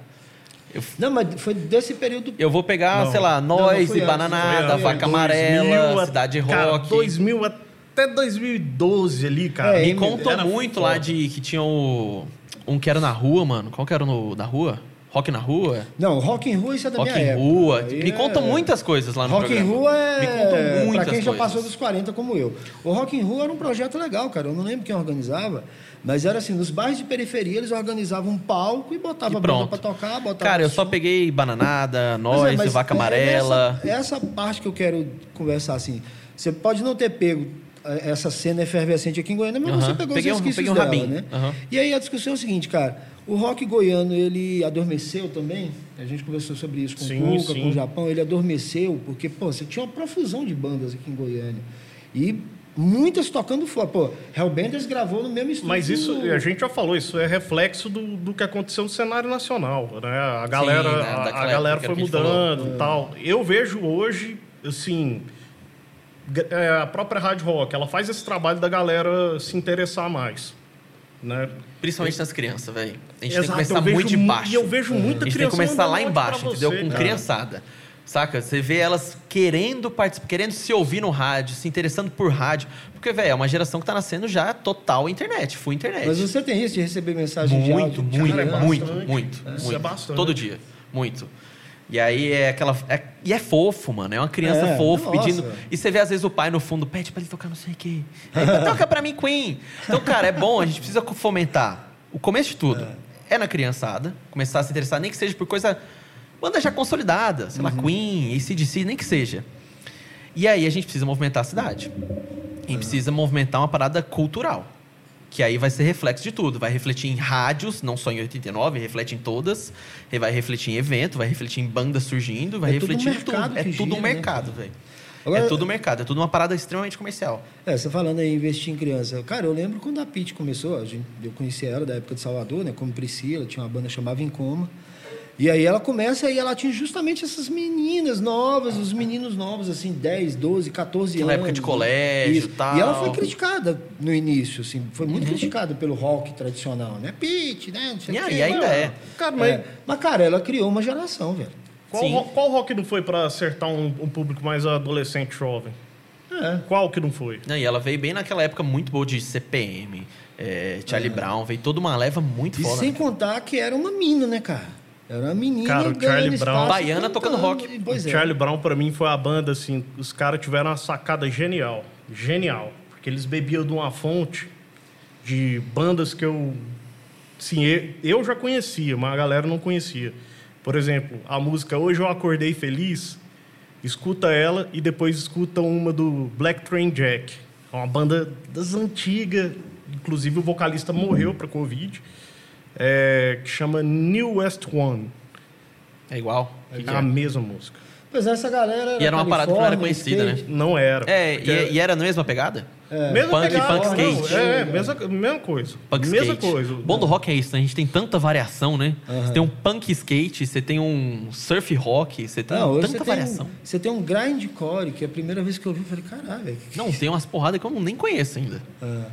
Não, mas foi desse período. Eu vou pegar, sei lá, não foi Noise, antes, Bananada, foi antes. Vaca 2000 Amarela, a- Cidade cara, Rock. 2000 até 2012 ali, cara. É, Me M- contam era muito foda. lá de que tinha o. Um que era na rua, mano. Qual que era no, na rua? Rock na rua? Não, Rock em Rua, isso é da Rock minha em época. rua. Aí Me é- contam muitas coisas lá no Rock in programa. Rio é. Me contam pra muitas quem já coisas. passou dos 40 como eu. O Rock in Rio era um projeto legal, cara. Eu não lembro quem organizava, mas era assim, nos bairros de periferia eles organizavam um palco e botavam E a banda pronto. pra tocar, botavam. Cara, eu só som. peguei Mas é, Bananada, Noise, mas Vaca é Amarela. Essa, essa parte que eu quero conversar, assim. Você pode não ter pego eh, essa cena efervescente aqui em Goiânia, mas Aham. você pegou Peguei um- os resquícios peguei um dela, rabinho. né? Aham. E aí a discussão é o seguinte, cara. O rock goiano, ele adormeceu também? A gente conversou sobre isso com Sim, o Cuca, sim. com o Japão. Ele adormeceu porque, pô, você tinha uma profusão de bandas aqui em Goiânia. E muitas tocando fora. Pô, Hellbenders gravou no mesmo estúdio. Mas isso, do- a gente já falou, isso é reflexo do, do que aconteceu no cenário nacional, né? A galera, né, a- a, daquela galera época foi que a gente Hum. mudando e tal. Eu vejo hoje, assim, gra- é, a própria Rádio Rock, ela faz esse trabalho da galera se interessar mais, né? Principalmente nas crianças, velho. A gente tem que Exato, começar eu vejo muito de mu- baixo. Uhum. E eu vejo muita A gente tem que criança começar mandando lá áudio embaixo, pra entendeu? você, Com cara. criançada. Saca? Você vê elas querendo participar, querendo se ouvir no rádio, se interessando por rádio. Porque, velho, é uma geração que tá nascendo já total internet, full internet. Mas você tem isso de receber mensagem de Muito, áudio? de muito, cara, é criança? muito, bastante. muito, Isso muito. é bastante. Todo dia, muito. E aí é aquela. é- e é fofo, mano. É uma criança É, fofa nossa. pedindo. E você vê, às vezes, o pai no fundo pede pra ele tocar não sei o quê. Aí, Toca pra mim, Queen. Então, cara, é bom, a gente precisa fomentar. O começo de tudo é, na criançada, começar a se interessar, nem que seja por coisa. Banda já consolidada, sei lá, Uhum. Queen, ACDC, nem que seja. E aí a gente precisa movimentar a cidade. E precisa movimentar uma parada cultural. Que aí vai ser reflexo de tudo. Vai refletir em rádios, não só em 89, reflete em todas. E vai refletir em evento, vai refletir em bandas surgindo, vai É tudo um refletir em mercado tudo. É que tudo um gira, né, mercado, velho. Agora- É tudo um mercado, é tudo uma parada extremamente comercial. É, você falando aí, investir em criança. Cara, eu lembro quando a Pete começou, a gente, eu conheci ela da época de Salvador, né? Como Priscila, tinha uma banda chamava Em Coma. E aí ela começa e ela tinha justamente essas meninas novas, os meninos novos, assim, 10, 12, 14 Aquela anos. né? época de colégio, Isso. tal. Uhum. E ela foi criticada no início, assim, foi muito criticada pelo rock tradicional, né? Pete, né? Não sei E o aí quê, ainda mas- é. Cara, mas- É. Mas, cara, ela criou uma geração, velho. Qual, Sim. ro- qual rock não foi para acertar um, um público mais adolescente, jovem? É. Qual que não foi? Né, E ela veio bem naquela época muito boa de CPM, é, Charlie eh, Brown, veio toda uma leva muito E foda. sem contar que era uma mina, né, cara? Era uma menina Cara, o ganhando Charlie espaço, Brown- Baiana tocando cantando, rock. e- Pois é. Charlie Brown, pra mim, foi a banda, assim, os caras tiveram uma sacada genial. Genial. Porque eles bebiam de uma fonte de bandas que eu. Sim, e- eu já conhecia, mas a galera não conhecia. Por exemplo, a música Hoje Eu Acordei Feliz, escuta ela e depois escuta uma do Black Train Jack. É uma banda das antigas, inclusive o vocalista morreu pra Covid, é, que chama New West One. É igual. que é a mesma música. Pois é, essa galera. E era uma parada que não era Califórnia, conhecida, né? skate. Não era. É, porque- é, e, e era na mesma pegada? É, mesma punk, pegada, punk não, skate. É, é, mesma, mesma coisa. Punk mesma skate. coisa. O bom do rock é isso, né? A gente tem tanta variação, né? Você tem um punk skate, você tem um surf rock, você tem Não, hoje tanta você variação. Tem um, você tem um grindcore, que é a primeira vez que eu vi, eu falei, caralho. velho, que- Não, tem umas porradas que eu nem conheço ainda. Ah.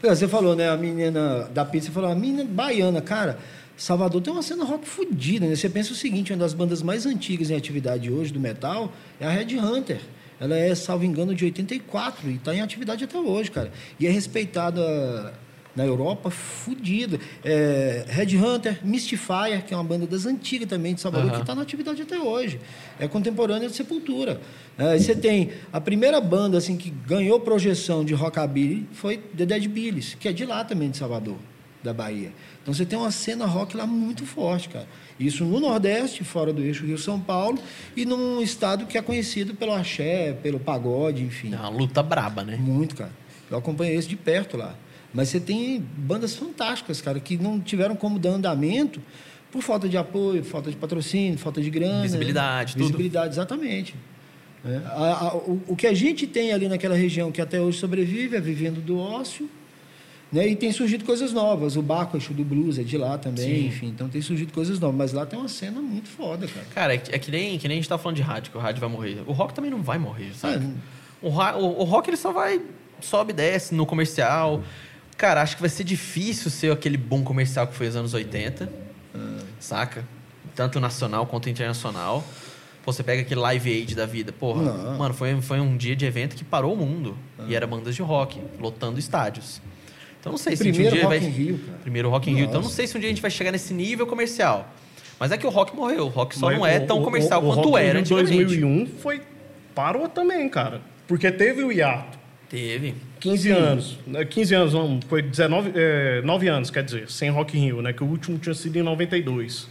Pô, Você falou, né? A menina da pizza falou, a menina baiana, cara. Salvador tem uma cena rock fodida, né? Você pensa o seguinte, uma das bandas mais antigas em atividade hoje do metal é a Red Hunter. Ela é, salvo engano, de 84 e está em atividade até hoje, cara. E é respeitada na Europa, fodida. É, Red Hunter, Mystifier, que é uma banda das antigas também de Salvador, Aham. que está na atividade até hoje. É contemporânea de Sepultura. É, e você tem a primeira banda assim que ganhou projeção de rockabilly foi The Dead Billys, que é de lá também de Salvador, da Bahia. Então você tem uma cena rock lá muito forte, cara. Isso no Nordeste, fora do eixo Rio-São Paulo, e num estado que é conhecido pelo axé, pelo pagode, enfim. É uma luta braba, né? Muito, cara. Eu acompanhei isso de perto lá. Mas você tem bandas fantásticas, cara, que não tiveram como dar andamento por falta de apoio, falta de patrocínio, falta de grana. né? Visibilidade, tudo. Visibilidade, exatamente. É. A- a- o, o que a gente tem ali naquela região que até hoje sobrevive é vivendo do ócio. Né? E tem surgido coisas novas. O Baco, Exu do Blues, é de lá também, enfim. Então tem surgido coisas novas. Mas lá tem uma cena muito foda, cara. Cara, é que, é que nem, que nem a gente tá falando de rádio, que o rádio vai morrer. O rock também não vai morrer, sabe? É. O, ra- o- o rock ele só vai, sobe e desce no comercial. Cara, acho que vai ser difícil ser aquele bom comercial que foi nos anos 80, saca? Tanto nacional quanto internacional. Pô, você pega aquele Live Aid da vida, porra. Não. Ah. Mano, foi, foi um dia de evento que parou o mundo. E era bandas de rock, lotando estádios. Então não sei se um Primeiro dia Rock vai... in Rio, cara. Primeiro Rock in Rio. Então Nossa. não sei se um dia a gente vai chegar nesse nível comercial. Mas é que o rock morreu. O rock só Mas não é o- tão o- comercial o quanto Rock in era Rio antigamente. 2001 foi. Parou também, cara. Porque teve o hiato. Teve. 15 anos. né, 15 anos, vamos. Foi 19, é, 9 anos, quer dizer, sem Rock in Rio, né? Que o último tinha sido em 92.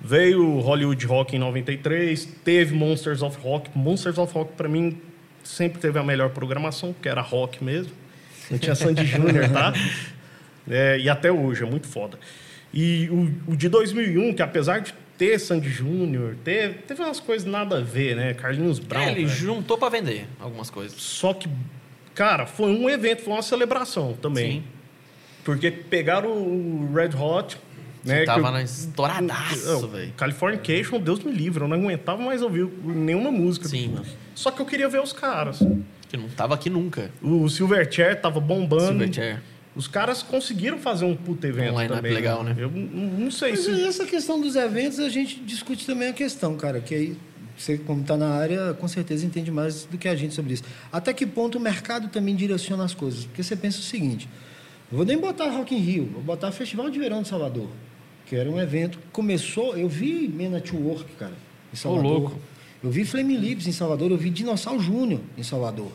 Veio o Hollywood Rock em 93, teve Monsters of Rock. Monsters of Rock, pra mim, sempre teve a melhor programação, porque era rock mesmo. Não tinha Sandy Júnior, tá? É, e até hoje, é muito foda. E o, o de 2001, que apesar de ter Sandy Júnior, teve, teve umas coisas nada a ver, né? Carlinhos Brown. É, ele né? juntou pra vender algumas coisas. Só que, cara, foi um evento, foi uma celebração também. Sim. Porque pegaram o Red Hot, né? tava que eu- na estouradaço, Não, Ah, velho. Californication, Deus me livre, eu não aguentava mais ouvir nenhuma música. Sim, mano. Só que eu queria ver os caras. Que não tava aqui nunca. O Silverchair tava bombando. Silverchair. Os caras conseguiram fazer um puto evento Um line-up também. legal, né? é Eu n- n- não sei Mas se... aí essa questão dos eventos, a gente discute também a questão, cara, que aí você, como está na área, com certeza entende mais do que a gente sobre isso. Até que ponto o mercado também direciona as coisas? Porque você pensa o seguinte, eu vou nem botar Rock in Rio, vou botar Festival de Verão de Salvador, que era um evento que começou, eu vi Men at Work, cara, em Salvador. louco. Eu vi Flaming Lips em Salvador, eu vi Dinossauro Júnior em Salvador.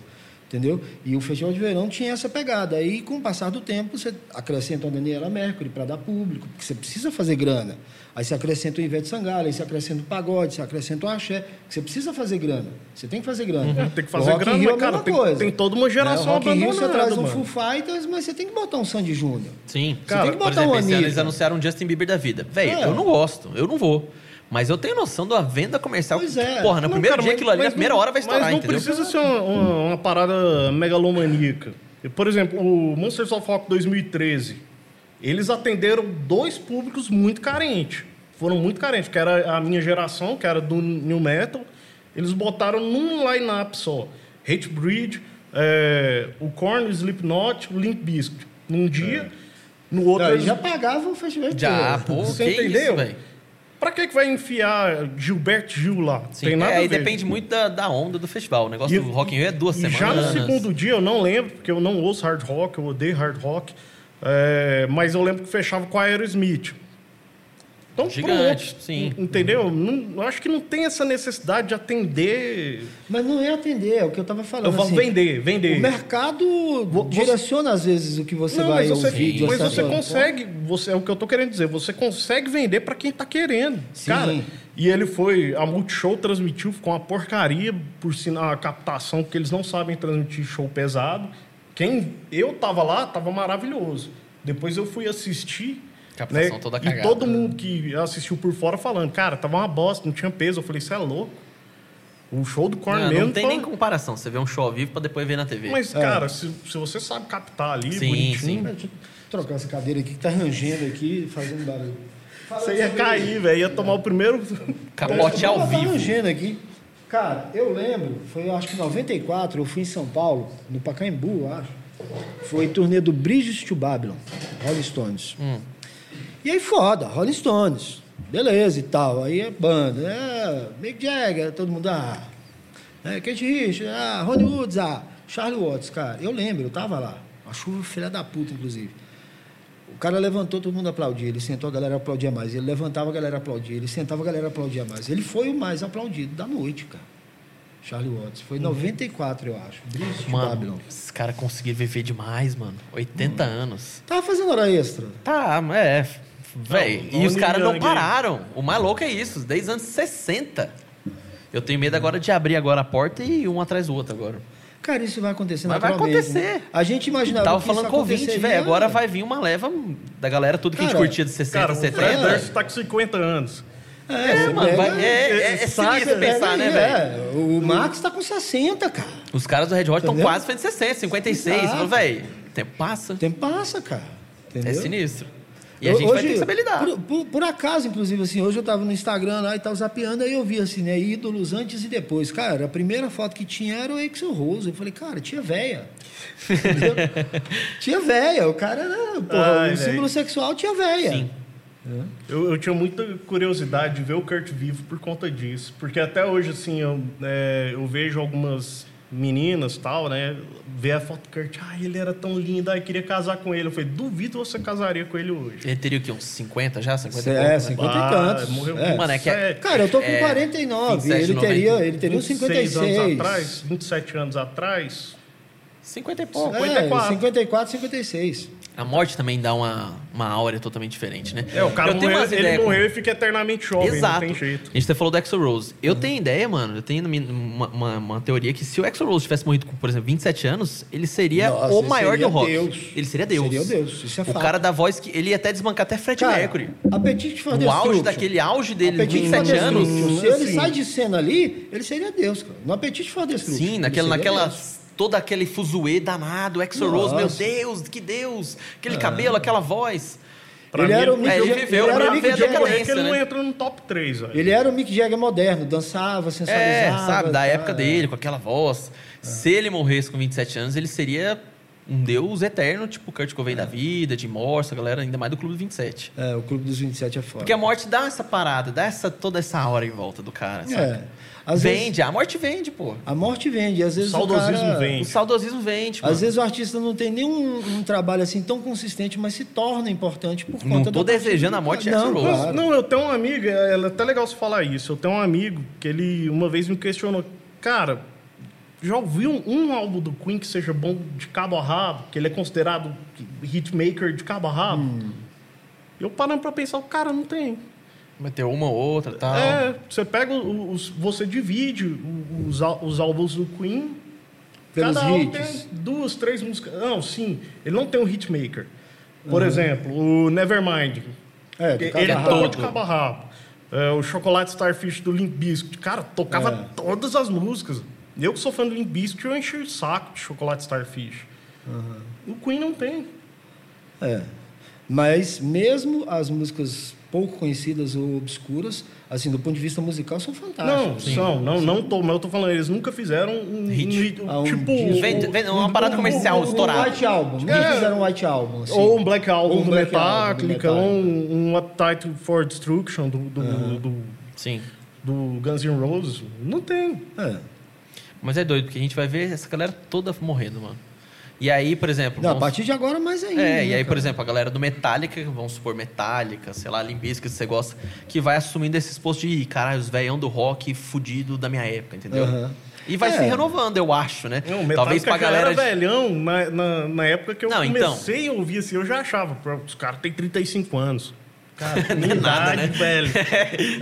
Entendeu? E o Festival de Verão tinha essa pegada. Aí, com o passar do tempo, você acrescenta a Daniela Mercury para dar público, porque você precisa fazer grana. Aí você acrescenta o Ivete Sangalo, aí você acrescenta o Pagode, você acrescenta o Axé, porque você precisa fazer grana. Você tem que fazer grana. Uhum. Tem que O fazer Rock in grana, Rio é mas, a cara, mesma tem- coisa. tem toda uma geração Né? O Rock in Rio, você abandonada, traz um mano. Foo Fighters, mas você tem que botar um Sandy Júnior. Sim. Cara, tem que por botar exemplo, um esse ano Anitta. eles anunciaram um Justin Bieber da vida. Velho, É. eu não gosto, eu não vou. Mas eu tenho noção da venda comercial. Pois que, é. Porra, Não, no primeiro cara, dia mas- aquilo ali, mas na primeira não- hora vai estourar, Mas não entendeu? precisa ser uma, uma- uma parada megalomaníaca. Por exemplo, o Monsters of Rock 2013, eles atenderam dois públicos muito carentes. Foram muito carentes, que era a minha geração, que era do New Metal. Eles botaram num line-up só. Hate Breed, eh, o Korn, o Slipknot, o Limp Bizkit. Num dia, É. no outro... Aí eles- já pagava o festival inteiro. Já, pô, Você que isso, entendeu? velho. Pra que, que vai enfiar Gilberto Gil lá? Sim, Tem nada é, a aí ver. tipo, depende muito da, da onda do festival. O negócio E- do Rock in Rio é duas E semanas. já no segundo dia, eu não lembro, porque eu não ouço hard rock, eu odeio hard rock, é, mas eu lembro que fechava com a Aerosmith. Então, Gigante, pronto. sim. Entendeu? Não, eu acho que não tem essa necessidade de atender. Mas não é atender, é o que eu estava falando. Eu falo assim, vender, vender. O mercado você- direciona às vezes o que você não, vai mas você, ouvir. de mas certa você forma. consegue, você, é o que eu tô querendo dizer, você consegue vender para quem tá querendo. Sim. Cara, e ele foi, a Multishow transmitiu, ficou uma porcaria, por sinal, a captação, porque eles não sabem transmitir show pesado. Quem eu tava lá, tava maravilhoso. Depois eu fui assistir. Captação né, toda E cagada. todo mundo que assistiu por fora falando, cara, tava uma bosta, não tinha peso. Eu falei, isso é louco. O show do Corn Ah, Não, mesmo não tem foi- nem comparação. Você vê um show ao vivo pra depois ver na TV. É. Mas, cara, se, se você sabe captar ali, Sim, bonitinho, né, Deixa sim. eu trocar essa cadeira aqui que tá rangendo aqui, fazendo barulho. Você ia cair, velho. Ia tomar o primeiro. é, Capote é ao Ela tá vivo. rangendo aqui. Cara, eu lembro, foi eu acho que em 94, eu fui em São Paulo, no Pacaembu, eu acho. Foi turnê do Bridges to Babylon, Rolling Stones. Hum. E aí foda, Rolling Stones. Beleza e tal. Aí é banda, né? Mick Jagger, todo mundo, ah. É, Kate Rich, ah, Ronnie Woods, ah, Charlie Watts, cara. Eu lembro, eu tava lá. A chuva filha da puta, inclusive. O cara levantou, todo mundo aplaudia. Ele sentou, a galera aplaudia mais. Ele levantava, a galera aplaudia. Ele sentava, a galera aplaudia mais. Ele foi o mais aplaudido da noite, cara. Charlie Watts. Foi em 94, eu acho. Bridge de Babylon. Uhum. Mano, esses caras conseguiram viver demais, mano. 80 anos. Tava fazendo hora extra. Tá, é. f- Véi. Não, E os não caras não ninguém. pararam. O mais louco é isso. Desde os anos 60. Eu tenho medo agora de abrir agora a porta e um atrás do outro agora. Cara, isso vai acontecer Mas vai naturalmente, acontecer. né? A gente imaginava Tava que falando isso com o 20, aconteceria, velho. Agora né? vai vir uma leva da galera, tudo que a gente Cara, curtia de 60, Cara, o 70. Fred Durst tá com 50 anos. É, É, você mano, pega- vai, é, é, é Saca, sinistro pensar, né, é, velho? é. O Max tá com 60, cara. Os caras do Red Hot estão Entendeu? quase fazendo 60, 56. Exato. Então, velho, o tempo passa. O tempo passa, cara. Entendeu? É sinistro. E a gente vai ter que saber lidar. Por, por- por acaso, inclusive, assim, hoje eu tava no Instagram lá e tal, zapeando, aí eu vi assim, né, ídolos antes e depois. Cara, a primeira foto que tinha era o Axel Rose. Eu falei, cara, tinha véia. Entendeu? tinha véia. O cara era, porra, Ai, o símbolo velho. sexual tinha véia. Sim. Eu, eu tinha muita curiosidade de ver o Kurt vivo por conta disso. Porque até hoje, assim, eu, é, eu vejo algumas meninas tal, né? Ver a foto do Kurt. Ah, ele era tão lindo. Ah, eu queria casar com ele. Eu falei, duvido você casaria com ele hoje. Ele teria o quê? Uns 50 já? 50 e É, pouco, né? 50 e Ah, tantos. morreu É. Mano, é que é- Cara, eu tô com É, 49. 27, ele, teria, 90. ele teria uns 56. anos atrás, 27 anos atrás. 50 e pouco. É. 54. 54. 54, 56. A morte também dá uma, uma áurea totalmente diferente, né? É, o cara eu tenho morreu, umas ele ideias com- morreu e fica eternamente jovem. Não Exato. tem jeito. A gente até falou do Axel Rose. Uhum. Eu tenho ideia, mano. Eu tenho uma, uma, uma teoria que se o Axel Rose tivesse morrido com, por exemplo, 27 anos, ele seria Nossa, é o ele maior seria do rock. Deus. Ele seria Deus. Seria Deus, isso é O fato. cara da voz que. Ele ia até desbancar até Fred Cara, Mercury. Apetite for O auge Destruction. daquele auge dele, Apetite for 27 anos. Destruction. Se ele Assim. sai de cena ali, ele seria Deus, cara. No Apetite for Destruction. Sim, ele naquela. seria naquela Deus. todo aquele fuzuê danado, Axel Rose, meu Nossa. Ah. Deus, que Deus! Aquele cabelo, aquela voz. Pra Ele mim, era o Mick é, ele Jagger- viveu ele era o pra Mick ver a Jagger- decadência. É que ele não né? entra no top 3, velho. Ele era o Mick Jagger moderno, dançava, sensualizava. É, sabe, da tá? época dele, com aquela voz. Ah. Se ele morresse com 27 anos, ele seria um deus eterno, tipo Kurt Cobain da vida, de Morse, a galera ainda mais do Clube do 27. É, o Clube dos 27 é foda. Porque a morte dá essa parada, dá essa, toda essa aura em volta do cara, é. sabe? Às vende, vezes, a morte vende, pô. a morte vende, às vezes o Saudosismo cara- vende. O saudosismo vende, mano. Às vezes o artista não tem nenhum um trabalho assim tão consistente, mas se torna importante por conta Não tô do- desejando a morte é de Não, Axl Rose. Mas, claro. Não, eu tenho uma amiga, ela é até legal você falar isso. Eu tenho um amigo que ele uma vez me questionou, cara, já ouviu um, um álbum do Queen que seja bom de cabo a rabo, que ele é considerado hitmaker de cabo a rabo? Hum. Eu parando pra pensar, o cara não tem. Vai ter uma ou outra e Ah. tal. É, você pega o- os. Você divide o- os, á- os álbuns do Queen. Pelos cada álbum hits. tem duas, três músicas. Não, sim, ele não tem um hitmaker. Uhum. Por exemplo, o Nevermind. É, do Ele cara ele da- é tocou todo. de cabo a rabo. É, o Chocolate Starfish do Limp Bizkit. Cara, tocava É. todas as músicas. Eu que sou fã do Limp Bizkit, eu enchi o saco de Chocolate Starfish. O Queen não tem. É. Mas mesmo as músicas pouco conhecidas ou obscuras, assim, do ponto de vista musical, são fantásticas. não, são. Não, não tô, mas eu tô falando, eles nunca fizeram um... Hit. um- Ah, um tipo... disco. Vende, vende uma parada comercial Um estourada. white album, nunca É. fizeram um white album. Assim. Ou um Black Album Ou um do Black Metallica, Album do ou um, um Appetite for Destruction do, do, do, Sim. do Guns N' Roses. Não tem. É. Mas é doido, porque a gente vai ver essa galera toda morrendo, mano. E aí, por exemplo. Não, a vamos- partir de agora, mais ainda. É, né, e aí, por cara? exemplo, a galera do Metallica, vamos supor Metallica, sei lá, Limbisca, se você gosta, que vai assumindo esses postos de, "Ih, caralho, os velhão do rock fudido da minha época, entendeu? Aham. E vai É. se renovando, eu acho, né? Não, Metallica Talvez pra já era galera. de- é velhão na, na, na época que eu Não, então. comecei a ouvir assim, eu já achava, "Pô, os caras têm 35 anos. Cara, Não é minha nada, idade, né? velho.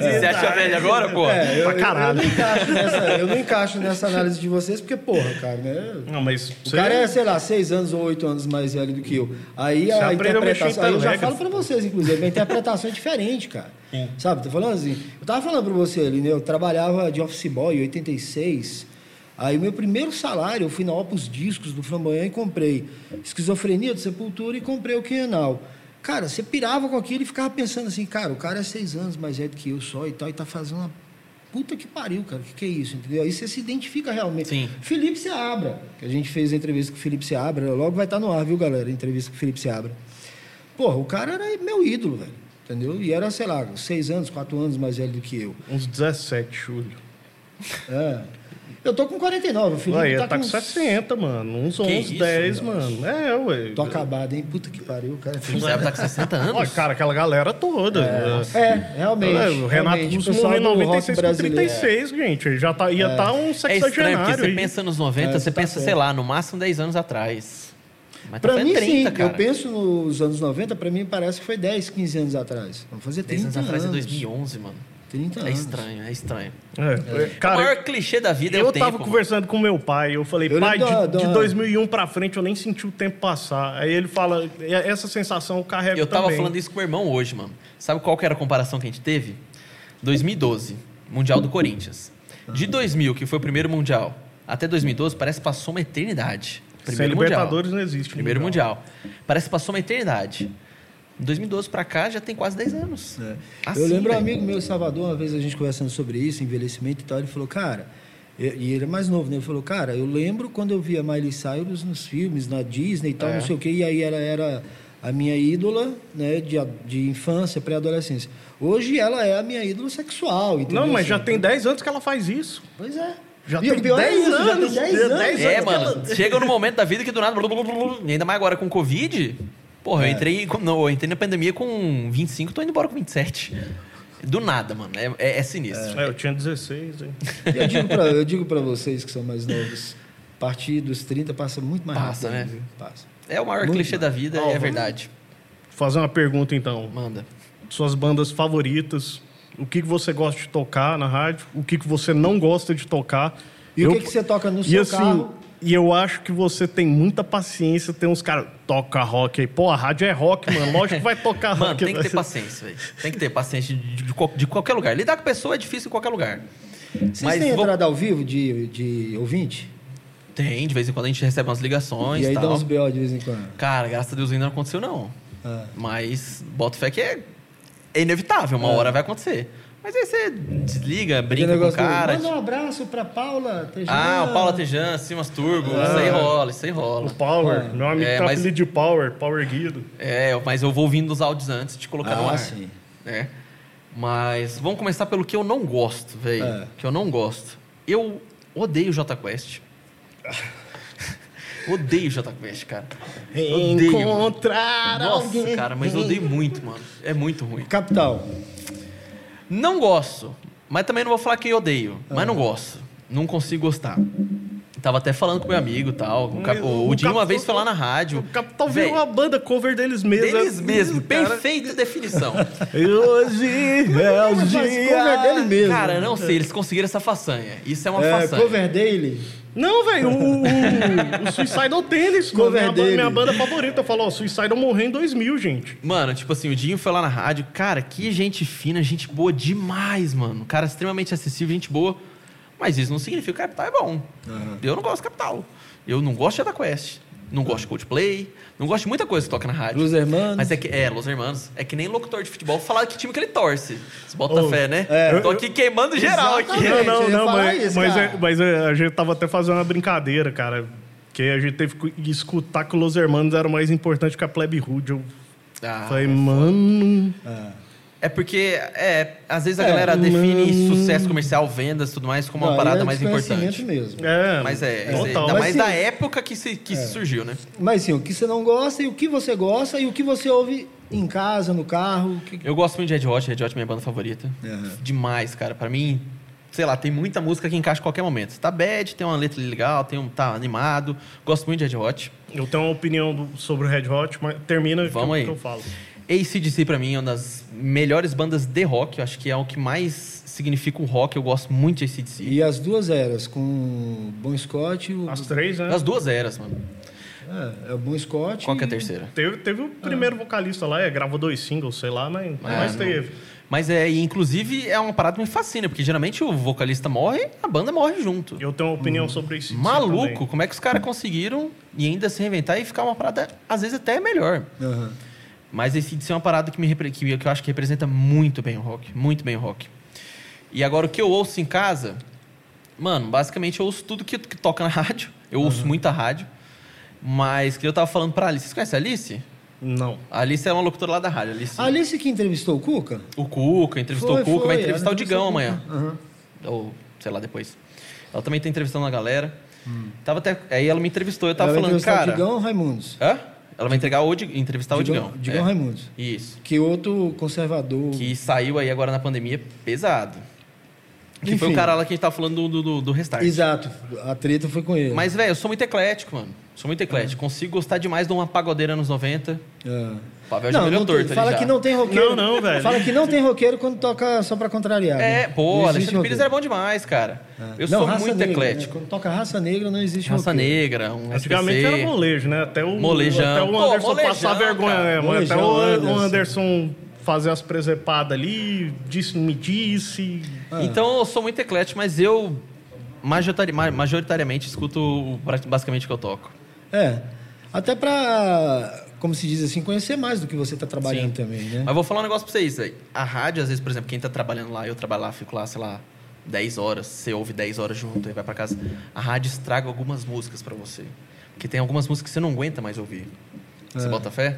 Você acha velho agora, pô? É, eu, Pra caralho. Eu, eu, não encaixo nessa, eu não encaixo nessa análise de vocês, porque, porra, cara, né? Não, mas O você- cara é, sei lá, seis anos ou oito anos mais velho do que eu. Aí a aprende a mexer em interpretação. Aí eu já telégrafo. falo pra vocês, inclusive, a interpretação é diferente, cara. Sabe, tô falando assim. Eu tava falando pra você ali, né? Eu trabalhava de office boy em 86. Aí meu primeiro salário, eu fui na Opus Discos do Flamboyant e comprei Esquizofrenia do Sepultura e comprei o Quenal. Cara, você pirava com aquilo e ficava pensando assim, cara, o cara é seis anos mais velho do que eu só e tal, e tá fazendo uma puta que pariu, cara, o que, que é isso, entendeu? Aí você se identifica realmente. Sim. Felipe Seabra, que a gente fez a entrevista com o Felipe Seabra, logo vai estar no ar, viu, galera? A entrevista com o Felipe Seabra. Porra, o cara era meu ídolo, velho, entendeu? E era, sei lá, seis anos, quatro anos mais velho do que eu. Uns 17, Júlio. É. Eu tô com 49, o Felipe Ué, tá, tá, com uns- 60, mano. Uns Que 11, isso, 10, mano. É, ué. Tô acabado, hein? Puta que pariu, o cara. é Você tá com 60 Ó, anos? cara, aquela galera toda. É. É, realmente. É, o Renato realmente, Russo pessoal morreu em do rock 96 com brasileiro. 36, gente. Ele já tá, ia estar um É estranho, sexagenário porque você aí. pensa nos 90, É, você tá pensa, certo. sei lá, no máximo 10 anos atrás. Mas Pra tá mim, fazendo 30, sim. cara. Eu penso nos anos 90, pra mim parece que foi 10, 15 anos atrás. Vamos fazer 10 30 anos atrás é 2011, mano. 30 É anos. estranho, é estranho. É, o Cara, maior clichê da vida é eu, o tempo. tava mano. conversando com meu pai. Eu falei, Eu pai, de, lembro da- de da- 2001 pra frente eu nem senti o tempo passar. Aí ele fala, "E- essa sensação eu carrego Eu tava também. falando isso com o meu irmão hoje, mano. Sabe qual que era a comparação que a gente teve? 2012, Mundial do Corinthians. De 2000, que foi o primeiro Mundial, até 2012, parece que passou uma eternidade. Sem Primeiro Mundial. Libertadores não existe. Primeiro mundial. Parece que passou uma eternidade. Em 2012 pra cá já tem quase 10 anos. É. Assim, eu lembro um velho. amigo meu em Salvador, uma vez a gente conversando sobre isso, envelhecimento e tal, ele falou, cara, e e ele é mais novo, né? Ele falou, cara, eu lembro quando eu via Miley Cyrus nos filmes, na Disney e tal, É. não sei o quê, e aí ela era a minha ídola, né, de, a- de infância, pré-adolescência. Hoje ela é a minha ídola sexual, entendeu? Não, mas Assim, já tem 10 anos que ela faz isso. Pois é. Já E tem o pior 10 isso, já anos, tem 10 10 anos. anos. É, mano, chega no momento da vida que do nada. blu, blu, blu, blu, e ainda mais agora com Covid. Porra, É. eu, entrei, com- não, eu entrei na pandemia com 25, tô indo embora com 27. Do nada, mano. É, é- é sinistro. É, eu tinha 16, hein? Eu digo pra- Eu digo para vocês que são mais novos, a partir dos 30 passa muito mais Passa, rápido. né? viu? Passa. É, o maior Muito clichê da vida, Ó, é vamos- verdade. Fazer uma pergunta então. Manda. Suas bandas favoritas, o que, que você gosta de tocar na rádio, o que, que você não gosta de tocar. E Eu- o que, que você toca no E seu assim, carro? e eu acho que você tem muita paciência, tem uns caras, toca rock aí. Pô, a rádio é rock, mano. Lógico que vai Ah, tocar Mano, rock. tem que ter velho. paciência, velho. Tem que ter paciência de, de qual- de qualquer lugar. Lidar com pessoa é difícil em qualquer lugar. Vocês Mas têm vou- entrada ao vivo de, de ouvinte? tem, de vez em quando a gente recebe umas ligações e aí e dá tal. uns BO de vez em quando. Cara, graças a Deus ainda não aconteceu, não. Ah. Mas bota fé que é, é inevitável, uma hora vai acontecer. Mas aí você desliga, brinca com o do, cara. Manda um abraço pra Paula Tejano. Ah, o Paula Tejan, Simas Turbo, Ah. isso aí rola, isso aí O rola. Power, meu amigo É, tá mas- apelido de Power, Power Guido. É, mas eu vou ouvindo os áudios antes de colocar no Ah, ar. sim. né? Mas vamos começar pelo que eu não gosto, velho. É. Que eu não gosto. Eu odeio Jota Quest. odeio Jota Quest, cara. Odeio. mano. Encontrar Nossa, cara, mas eu odeio muito, mano. É muito ruim. Capital. Não gosto, mas também não vou falar que eu odeio. Mas Ah. não gosto. Não consigo gostar. Tava até falando com meu amigo e tal. O, Cap- o, O Dinho uma Capitão- vez foi lá na rádio. O Capitão Véi, virou uma banda cover deles mesmos. Deles mesmo. Cara, Perfeita definição. Hoje é o Mas cover dele dia. mesmo. Cara, não sei. Eles conseguiram essa façanha. Isso é uma é, façanha. cover dele. Não, velho, o, o, o Suicidal Tennis, mano, Cover minha, ba- dele. minha banda favorita. Falou, ó, Suicidal morreu em 2000, gente. Mano, tipo assim, o Dinho foi lá na rádio. Cara, que gente fina, gente boa demais, mano. Cara extremamente acessível, gente boa. Mas isso não significa que o Capital é bom. Eu não gosto de Capital. Eu não gosto de Jada Quest. Não gosto de Coldplay. Não gosto de muita coisa que toca na rádio. Los Hermanos. Mas é que, é, Los Hermanos. É que nem locutor de futebol falar que time que ele torce. Você bota Ô, fé, né? é. Tô aqui queimando geral Exatamente. aqui. Gente, não, eu não, ia não, falar mas, isso, mas, cara. é- mas é, a gente tava até fazendo uma brincadeira, cara. Que a gente teve que escutar que o Los Hermanos era mais importante que a Plebe Rude. Eu Ah, falei, mano, Ah. É porque, é, às vezes a É, galera hum. define sucesso comercial, vendas, tudo mais, como uma Não, parada é mais desconhecimento importante. mesmo. É, Mas é, é, total. ainda Mas mais sim. da época que, se, que surgiu, né? Mas sim, o que você não gosta e o que você gosta e o que você ouve em casa, no carro. o que- Eu gosto muito de Red Hot, Red Hot é minha banda favorita. Aham. Demais, cara. Pra mim, sei lá, tem muita música que encaixa em qualquer momento. Tá bad, tem uma letra legal, tem um, tá animado. Gosto muito de Red Hot. Eu tenho uma opinião do- sobre o Red Hot, mas termina que Vamos eu- aí. que eu falo. ACDC pra mim é uma das melhores bandas de rock. Eu acho que é o que mais significa o rock. Eu gosto muito de ACDC. E as duas eras, com o Bon Scott e o. As três, né? As duas eras, mano. É, é o Bon Scott. Qual que é a e- terceira? Teve, teve o primeiro vocalista lá, é, gravou dois singles, sei lá, mas, mas É, não. teve. Mas é, e inclusive, é uma parada que me fascina, porque geralmente o vocalista morre, a banda morre junto. Eu tenho uma opinião sobre tipo isso. Maluco, como é que os caras conseguiram e ainda se reinventar e ficar uma parada, às vezes, até melhor. Aham. Mas esse de ser uma parada que, me, repre- que, que eu acho que representa muito bem o rock. Muito bem o rock. E agora, o que eu ouço em casa... Mano, basicamente eu ouço tudo que, que toca na rádio. Eu ouço muita rádio. Mas que eu tava falando pra Alice. Vocês conhecem a Alice? Não. A Alice é uma locutora lá da rádio. a Alice, A Alice que entrevistou o Cuca? O Cuca, entrevistou Foi, o Cuca. foi, vai entrevistar ela o Digão entrevistou amanhã. Cuca. Aham. Ou, sei lá, depois. Ela também tá entrevistando a galera. Tava até... Aí ela me entrevistou. Eu tava Hum. Ela vai Tá falando, entrevistar cara... O Digão ou Raimundos? Hã? Ela vai entregar o Dig- entrevistar o Digão. Digão é. Raimundos. Isso. Que outro conservador. Que saiu aí agora na pandemia pesado. Que foi Enfim. o cara lá que a gente tava falando do, do, do Restart. Exato, a treta foi com ele. tá. Mas, velho, eu sou muito eclético, mano. Sou muito eclético. Consigo gostar demais de uma pagodeira anos 90. É. O Pavel já não virou tem- torto ali fala já. que não tem roqueiro. Não, não, velho. Fala que não tem roqueiro quando toca só pra contrariar. né? É, pô, Não existe Alexandre Pires era roqueiro. bom demais, cara. É. Eu Não, sou raça muito negra, eclético. né? Quando toca raça negra, não existe Raça roqueiro. negra, um Antigamente SPC. era molejo, né? Até o, Molejão. até o Pô, Anderson molejão, passar vergonha, cara. né? mano? Até Molejão, o Anderson. Anderson. fazer as presepadas ali, disse, me disse. Então eu sou muito eclético, mas eu majoritari- ma- majoritariamente escuto pra- basicamente o que eu toco. É. Até pra, como se diz assim, conhecer mais do que você tá trabalhando Sim. também, É. né? Mas vou falar um negócio pra vocês, velho. A rádio, às vezes, por exemplo, quem tá trabalhando lá, eu trabalho lá, fico lá, sei lá, 10 horas, você ouve 10 horas junto, aí vai pra casa. A rádio estraga algumas músicas pra você. Porque tem algumas músicas que você não aguenta mais ouvir. Você É. bota fé?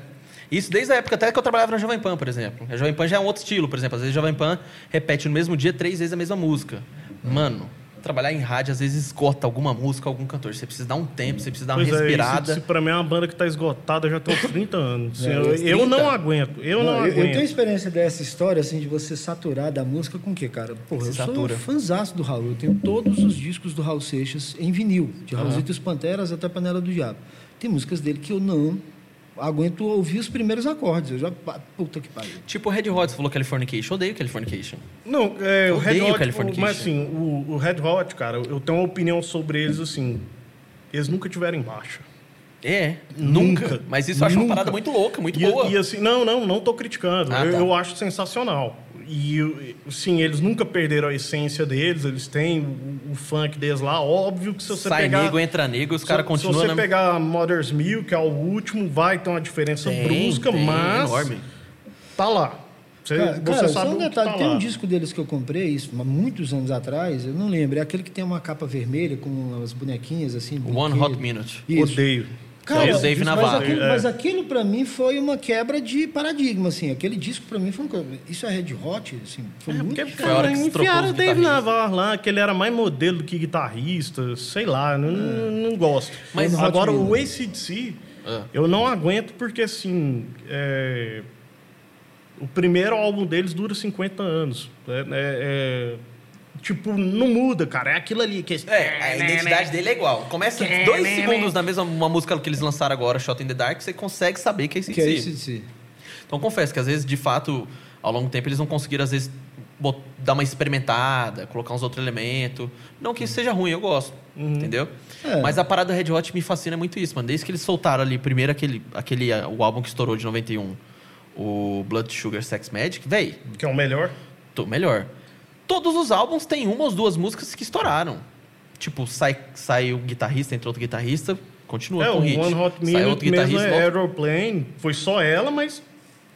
Isso desde a época até que eu trabalhava na Jovem Pan, por exemplo. A Jovem Pan já é um outro estilo, por exemplo. Às vezes a Jovem Pan repete no mesmo dia três vezes a mesma música. É. Mano, trabalhar em rádio às vezes esgota alguma música, algum cantor. Você precisa dar um tempo, você precisa dar uma Pois é, isso, respirada. isso pra mim é uma banda que tá esgotada já tem uns 30 anos. É, eu, uns eu 30? não aguento, eu não, Não, eu, eu aguento. tenho experiência dessa história, assim, de você saturar da música com o quê, cara? Porra, Se eu satura. sou fãzaço do Raul. Eu tenho todos os discos do Raul Seixas em vinil, de Raulzito e os Panteras até Panela do Diabo. Tem músicas dele que eu não aguento ouvir os primeiros acordes. Eu já. pa- Puta que pariu. Tipo o Red Hot, você falou Californication. Eu Odeio Californication. Não, é, Eu o Red odeio Hot, Californication. mas assim, o, o Red Hot, cara, eu tenho uma opinião sobre eles, assim, eles nunca tiveram baixa. É, Nunca. nunca. Mas isso eu acho Nunca. uma parada muito louca, muito e, boa. e assim, não, não, não tô criticando. Ah, eu, tá. eu acho sensacional. E eu- sim, eles nunca perderam a essência deles, eles têm o, o funk deles lá. Óbvio que se você Sai pegar. nego, entra nego, os né? se- caras Se continuam você na... pegar Mother's Milk, que é o último, vai ter uma diferença Tem, brusca, tem, mas enorme. tá lá. Você, Cara, você cara, sabe só um o que detalhe, tá tem lá. um disco deles que eu comprei, isso, há muitos anos atrás, eu não lembro, é aquele que tem uma capa vermelha com as bonequinhas assim. One brinquedo. Hot Minute. Isso. Odeio. É o Dave mas Navarro. aquilo- É. Mas aquilo pra mim foi uma quebra de paradigma, assim. Aquele disco pra mim foi um... co- Isso é Red Hot, assim, É, foi muito... Porque, Foi a hora cara, que se trocou enfiaram os o Dave guitarristas. um Navarro lá, que ele era mais modelo do que guitarrista, sei lá, não, não gosto. Mas- Mas agora o ACDC, É. eu não aguento porque, assim, é, o primeiro álbum deles dura 50 anos. É- é- é, tipo, não muda, cara, é aquilo ali. Que... É, a identidade dele é igual. Começa dois segundos da mesma uma música que eles lançaram agora, Shot in the Dark, você consegue saber que é esse Que é esse de si. Então confesso que às vezes, de fato, ao longo do tempo, eles não conseguiram, às vezes, bot- dar uma experimentada, colocar uns outros elementos. Não que isso seja ruim, eu gosto. Uhum. Entendeu? É. Mas a parada Red Hot me fascina muito isso, mano. Desde que eles soltaram ali, primeiro aquele, aquele ah, o álbum que estourou de 91, o Blood Sugar Sex Magic, véi, Que é o melhor. tô melhor. Todos os álbuns têm uma ou duas músicas que estouraram. Tipo, sai, sai um guitarrista, entra outro guitarrista, continua é, com o o hit. One Hot sai outro Minute mesmo, guitarrista, é volta- Aeroplane, foi só ela, mas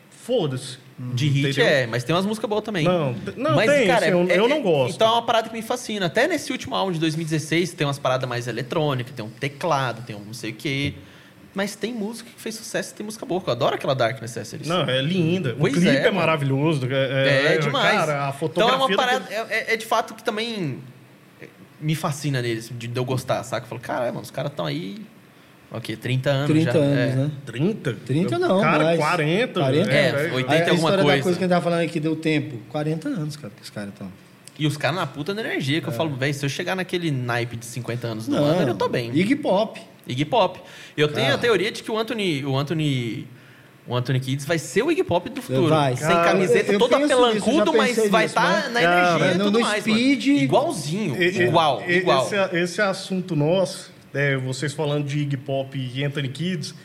foda-se. de hit Entendeu? é, mas tem umas músicas boas também. Não, t- não, tem, assim, eu- eu não gosto. Então é uma parada que me fascina. Até nesse último álbum de 2016 tem umas paradas mais eletrônicas, tem um teclado, tem um não sei o quê. Mas tem música que fez sucesso, tem música boa. que Eu adoro aquela Dark Necessaries. Não, é linda. O Pois clipe é, é, maravilhoso. É, É, demais. Cara, a então é fotografia... uma do- parada. É, é- é de fato que também é, me fascina neles, de de eu gostar, saca? Eu falo, caralho, mano, os caras estão aí. Ok, 30 anos 30 já. anos, é. né? 30? 30 não, Cara, mais. 40. 40? velho. É, velho. 80 Aí, e a alguma história da coisa. coisa que a gente tava falando aqui deu tempo. 40 anos, cara, que os caras estão. E os caras na puta na energia, que eu falo, velho, se eu chegar naquele naipe de 50 anos do É. Não, ano, eu tô bem. Iggy Pop. Iggy Pop. Eu tenho Cara. a teoria de que o Anthony, o Anthony, o Anthony Kids vai ser o Iggy Pop do futuro. Vai. Sem Cara, camiseta, eu- eu todo penso nisso, eu pelancudo, já mas pensei vai nisso, estar mas- na Cara, energia e no- tudo no mais. speed- mano. Igualzinho, E- e- igual, e- igual. Esse, é- esse assunto nosso, é, vocês falando de Iggy Pop e Anthony Kids,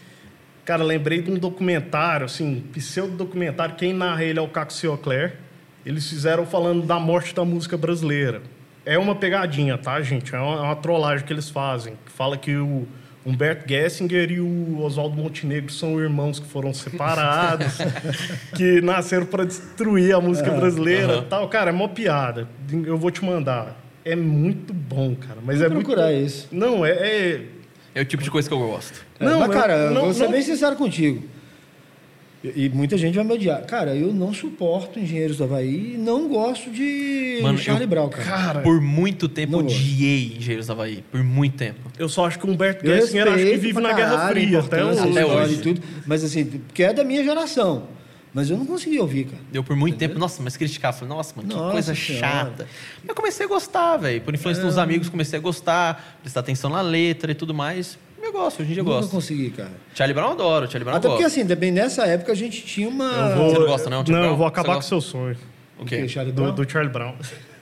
cara, lembrei de um documentário, assim, pseudo-documentário, quem narra ele é o Caco Sioclair. Eles fizeram falando da morte da música brasileira. É uma pegadinha, tá, gente? É uma, é uma trollagem que eles fazem. que Fala que o Humberto Gessinger e o Oswaldo Montenegro são irmãos que foram separados, que nasceram para destruir a música brasileira É, aham. tal. Cara, é mó piada. Eu vou te mandar. É muito bom, cara. Mas Vou é procurar muito... isso. Não, é... é- É o tipo de coisa que eu gosto. Não, Não, mas, cara, eu- eu não- vou ser não- bem sincero contigo. E e muita gente vai me odiar. Cara, eu não suporto engenheiros do Havaí e não gosto de Mano, Charlie eu- Brown, cara. Cara, Por muito tempo Não gosto. odiei Engenheiros do Havaí. Por muito tempo. eu só acho que o Humberto Eu Gessinger acho que respeito vive pra na Guerra caralho a Fria então, até importância, hoje. Até história hoje. e tudo, mas assim, porque é da minha geração. Mas eu não consegui ouvir, cara. Deu por muito tempo, nossa, mas criticar. Falei, nossa, mano, que Nossa coisa Senhora. É. chata. Mas eu comecei a gostar, velho. Por influência dos amigos, comecei a gostar, prestar atenção na letra e tudo mais. Eu gosto, hoje em dia eu Nunca gosto. consegui, cara. Charlie Brown eu adoro, Charlie Brown eu Até gosto. porque assim, também nessa época a gente tinha uma. Eu vou- Você não gosta, não, Charlie Não, eu Brown? vou Você acabar com gosta? seu sonho. O O quê, quê? Charlie Do, Brown? do Charlie Brown.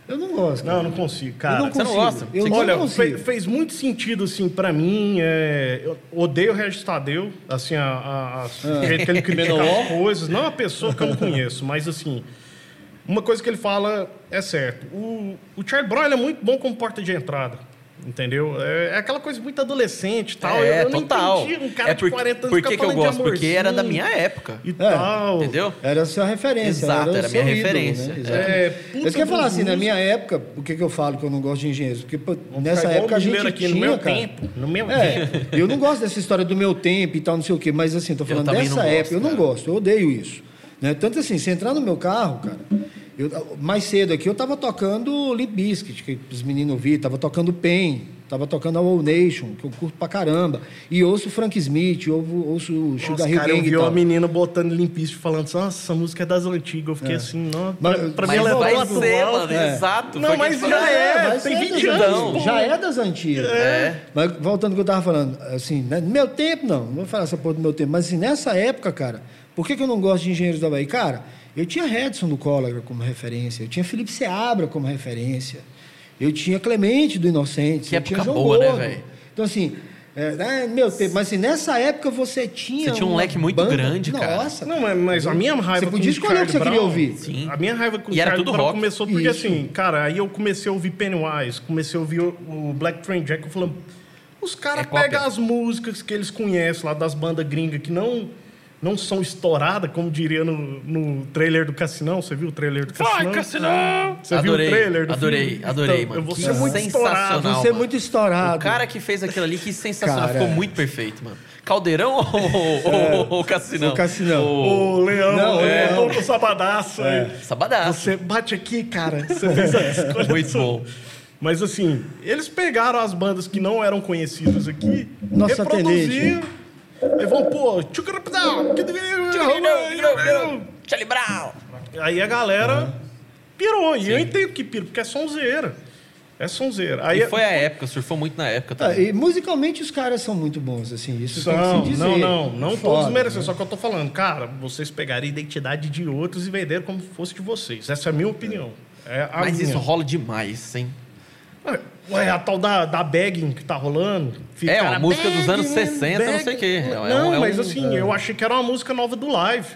Eu não gosto. Não, eu Cara. não consigo, eu cara. não você não consigo. gosta? Eu Você- não Olha, fe- consigo. fez, muito sentido, assim, pra mim. é, eu odeio o Regis Tadeu, assim, a, a, a, Ah. o jeito que ele critica as coisas. Não é uma pessoa que eu não conheço, mas, assim, uma coisa que ele fala é certo. O, o Charlie Brown ele é muito bom como porta de entrada. Entendeu? É, é aquela coisa muito adolescente e tal. eu, É, eu não total. entendi um cara é por, de 40 anos por ficar que, que eu falando de gosto? Porque era da amorzinho minha época. E tal. Entendeu? Era a sua referência. Exato, o era a seu minha ídolo, Né? referência. É. Exatamente. É, puta eu queria falar dos assim, na músicos. minha época, por que, que eu falo que eu não gosto de engenheiros? Porque pô, Vamos nessa ficar igual época a o gente Miller aqui, tinha, no meu cara. tempo. No meu tempo. É, eu não gosto dessa história do meu tempo e tal, não sei o quê, mas assim, tô falando também dessa não gosto, época, eu não cara. gosto, eu odeio isso. Né? Tanto assim, se entrar no meu carro, cara, eu- mais cedo aqui eu tava tocando Limp Bizkit, que os meninos ouviram, tava tocando Pain, tava tocando a All Nation, que eu curto pra caramba, e ouço Frank Smith, ouvo- ouço, o Nossa, Sugar Hill cara, eu Gang e vi uma tal. menina botando limpista e falando assim, nossa, essa música é das antigas. Eu fiquei assim, não, pra, Mas- pra mim Mas ela é voltou vai tão lá pro ser, atual. mano, É. exato. Não, Foi Então, o que mas a gente já falou. é. mas tem é 20 das anos, antigas, pô. Já é das antigas. É. Mas voltando ao que eu tava falando, assim, né, no meu tempo, não, não vou falar essa porra do meu tempo, mas assim, nessa época, cara, por que, que eu não gosto de Engenheiros da Bahia? Cara, eu tinha Redson do Cólera como referência, eu tinha Felipe Seabra como referência, eu tinha Clemente do Inocente, Que eu tinha época João boa, né, Gordo. velho? Então, assim, é, né, no meu tempo, mas assim, nessa época você tinha. Você tinha um uma leque muito banda- grande, cara. Nossa, Não, mas, mas a minha raiva Você podia com o escolher o Charlie que você queria Brown- ouvir. Sim. A minha raiva com o E era Charlie tudo Brown rock. começou porque, Isso. assim, cara, aí eu comecei a ouvir Pennywise, comecei a ouvir o, o Black Train Jack, eu falando, os É caras cópia. pegam as músicas que eles conhecem lá das bandas gringas que não... Não são estouradas, como diria no, no trailer do Cassinão. Você viu o trailer do Cassinão? Vai, Cassinão! Você Adorei, viu o trailer do adorei, filme? adorei, Então, mano. Eu vou Que ser muito estourado. sensacional. você é mano. muito estourado. O cara que fez aquilo ali, que sensacional. Cara. Ficou muito perfeito, mano. Caldeirão ou, ou, ou, ou Cassinão? o Cassinão. Ô, Ou- Leão, Não, é, é. vamos pro sabadaço. aí. Sabadaço. Você bate aqui, cara. Você fez a escolha. Muito bom. Mas assim, eles pegaram as bandas que não eram conhecidas aqui, Nossa, reproduziram. Aí vão, pô, tchucurupidau, que deveria- Charlie Brown. Aí a galera pirou. E eu entendo que pira, porque é sonzeira. É sonzeira. Aí E foi a época, surfou muito na época Ah, Tá, também. e musicalmente os caras são muito bons, assim, isso tem São, que se dizer. não, não, não todos Foda, merecem, né? só que eu tô falando, cara, vocês pegaram a identidade de outros e venderam como se fosse de vocês. Essa é a minha opinião. É a Mas minha. isso rola demais, hein? Ué, é a tal da, da bagging que tá rolando. Fica, É, uma cara, música dos bagging, anos 60, não sei o quê. É um- é não, um- é mas um- assim, eu achei que era uma música nova do live.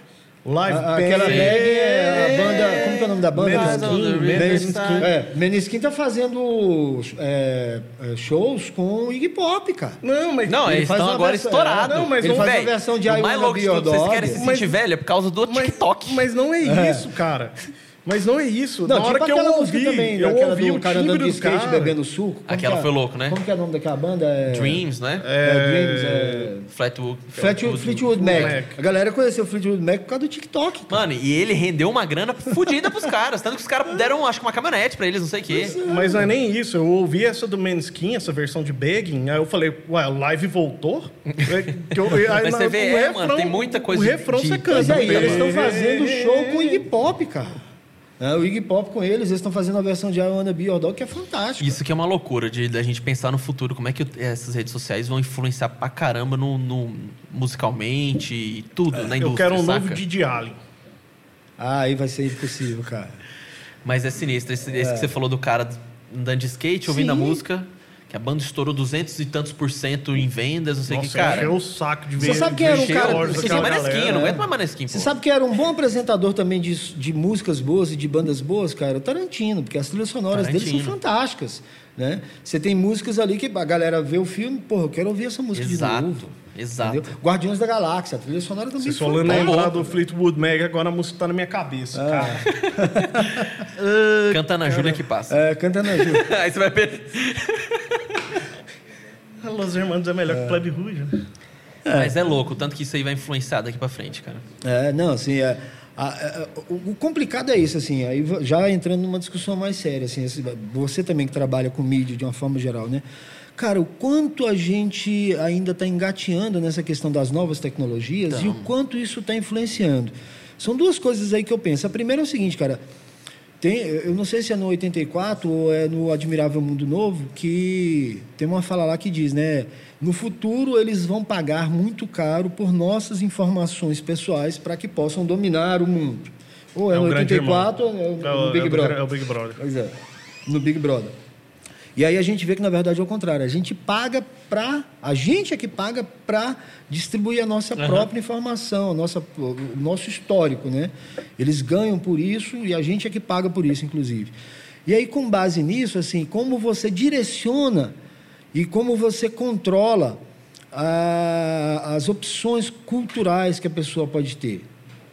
Live A- Ah, Aquela Bang. bag é a banda. Como que é o nome da banda? Maneskin, Meneskin. Maneskin. É, Meneskin tá fazendo é, é, shows com Iggy Pop, cara. Não, mas. Não, é Ele eles faz estão uma agora versão- estourados. Não, mas Ele não- faz Véi, uma versão de I O mais Wanna louco Be de Your tudo, vocês querem Dog. se Mas- sentir velho é por causa do mas, TikTok. Mas não é isso, cara. Mas não é isso. Não, Na tipo hora que eu aquela ouvi, música também, eu daquela ouvi do o cara andando timbre de do skate cara. bebendo suco. Como Aquela que é? foi louco, né? Como que é o nome daquela banda? É... Dreams, né? É, Dreams, é... Flatwood. Fleetwood, Fleetwood né? Mac. Mac. A galera conheceu o Fleetwood Mac por causa do TikTok. Mano, e ele rendeu uma grana fodida pros caras. Tanto que os caras deram, acho que uma caminhonete pra eles, não sei o quê. Mas não é nem isso. Eu ouvi essa do Manskin, essa versão de Begging, aí eu falei, ué, a live voltou? É, que eu- aí Mas na- você vê, o é, mano, tem muita coisa O refrão de- você de- canta. Mas aí, pelo- eles estão fazendo show com o Iggy Pop, cara. É, o Iggy Pop com eles, eles estão fazendo a versão de I Wanna Be Your Dog, que é fantástica. Isso que é uma loucura, de, da gente pensar no futuro, como é que o- essas redes sociais vão influenciar pra caramba no, no- musicalmente e tudo É, na Eu indústria, quero um saca? novo Didi Allen. Ah, aí vai ser impossível, cara. Mas é sinistro, esse, esse que você falou do cara andando de skate, ouvindo a Sim. música, que a banda estourou 200 e tantos por cento em vendas, não sei o que, Nossa, cara. encheu o saco de ver. sabe quem era um encher cara- a hora você Isso daquela é sabe- Maneskin, eu galera. não aguento mais Maneskin, pô. né? Você sabe que era um bom apresentador também de, de músicas boas e de bandas boas, cara? O Tarantino, porque as trilhas sonoras dele são Tarantino. fantásticas, né? Você tem músicas ali que a galera vê o filme, porra, eu quero ouvir essa música de Exato, novo. exato. Entendeu? Guardiões da Galáxia, a trilha sonora também Vocês foi falando boa. lembrar do Fleetwood Mac, agora a música tá na minha Ah. cabeça, cara. Canta na Júlia que passa. É, canta na Ju. Aí você vai ver. Los Hermanos é melhor que Club Rouge. né? Mas é louco, tanto que isso aí vai influenciar daqui pra frente, cara. É, não, assim, é, a- a- o, o complicado é isso, assim, aí va- já entrando numa discussão mais séria, assim, esse- você também que trabalha com mídia de uma forma geral, né? Cara, o quanto a gente ainda está engateando nessa questão das novas tecnologias e o quanto isso está influenciando. São duas coisas aí que eu penso. A primeira é o seguinte, cara, tem, eu não sei se é no 84 ou é no Admirável Mundo Novo, que tem uma fala lá que diz, né? No futuro eles vão pagar muito caro por nossas informações pessoais para que possam dominar o mundo. Ou é, um no 84 ou é no, um É o- Big é o Brother. É o Big Brother. Pois é, no Big Brother. E aí a gente vê que na verdade é o contrário. A gente paga para, a gente é que paga para distribuir a nossa própria informação, a nossa, o nosso histórico, né? Eles ganham por isso e a gente é que paga por isso, inclusive. E aí com base nisso, assim, como você direciona e como você controla a- as opções culturais que a pessoa pode ter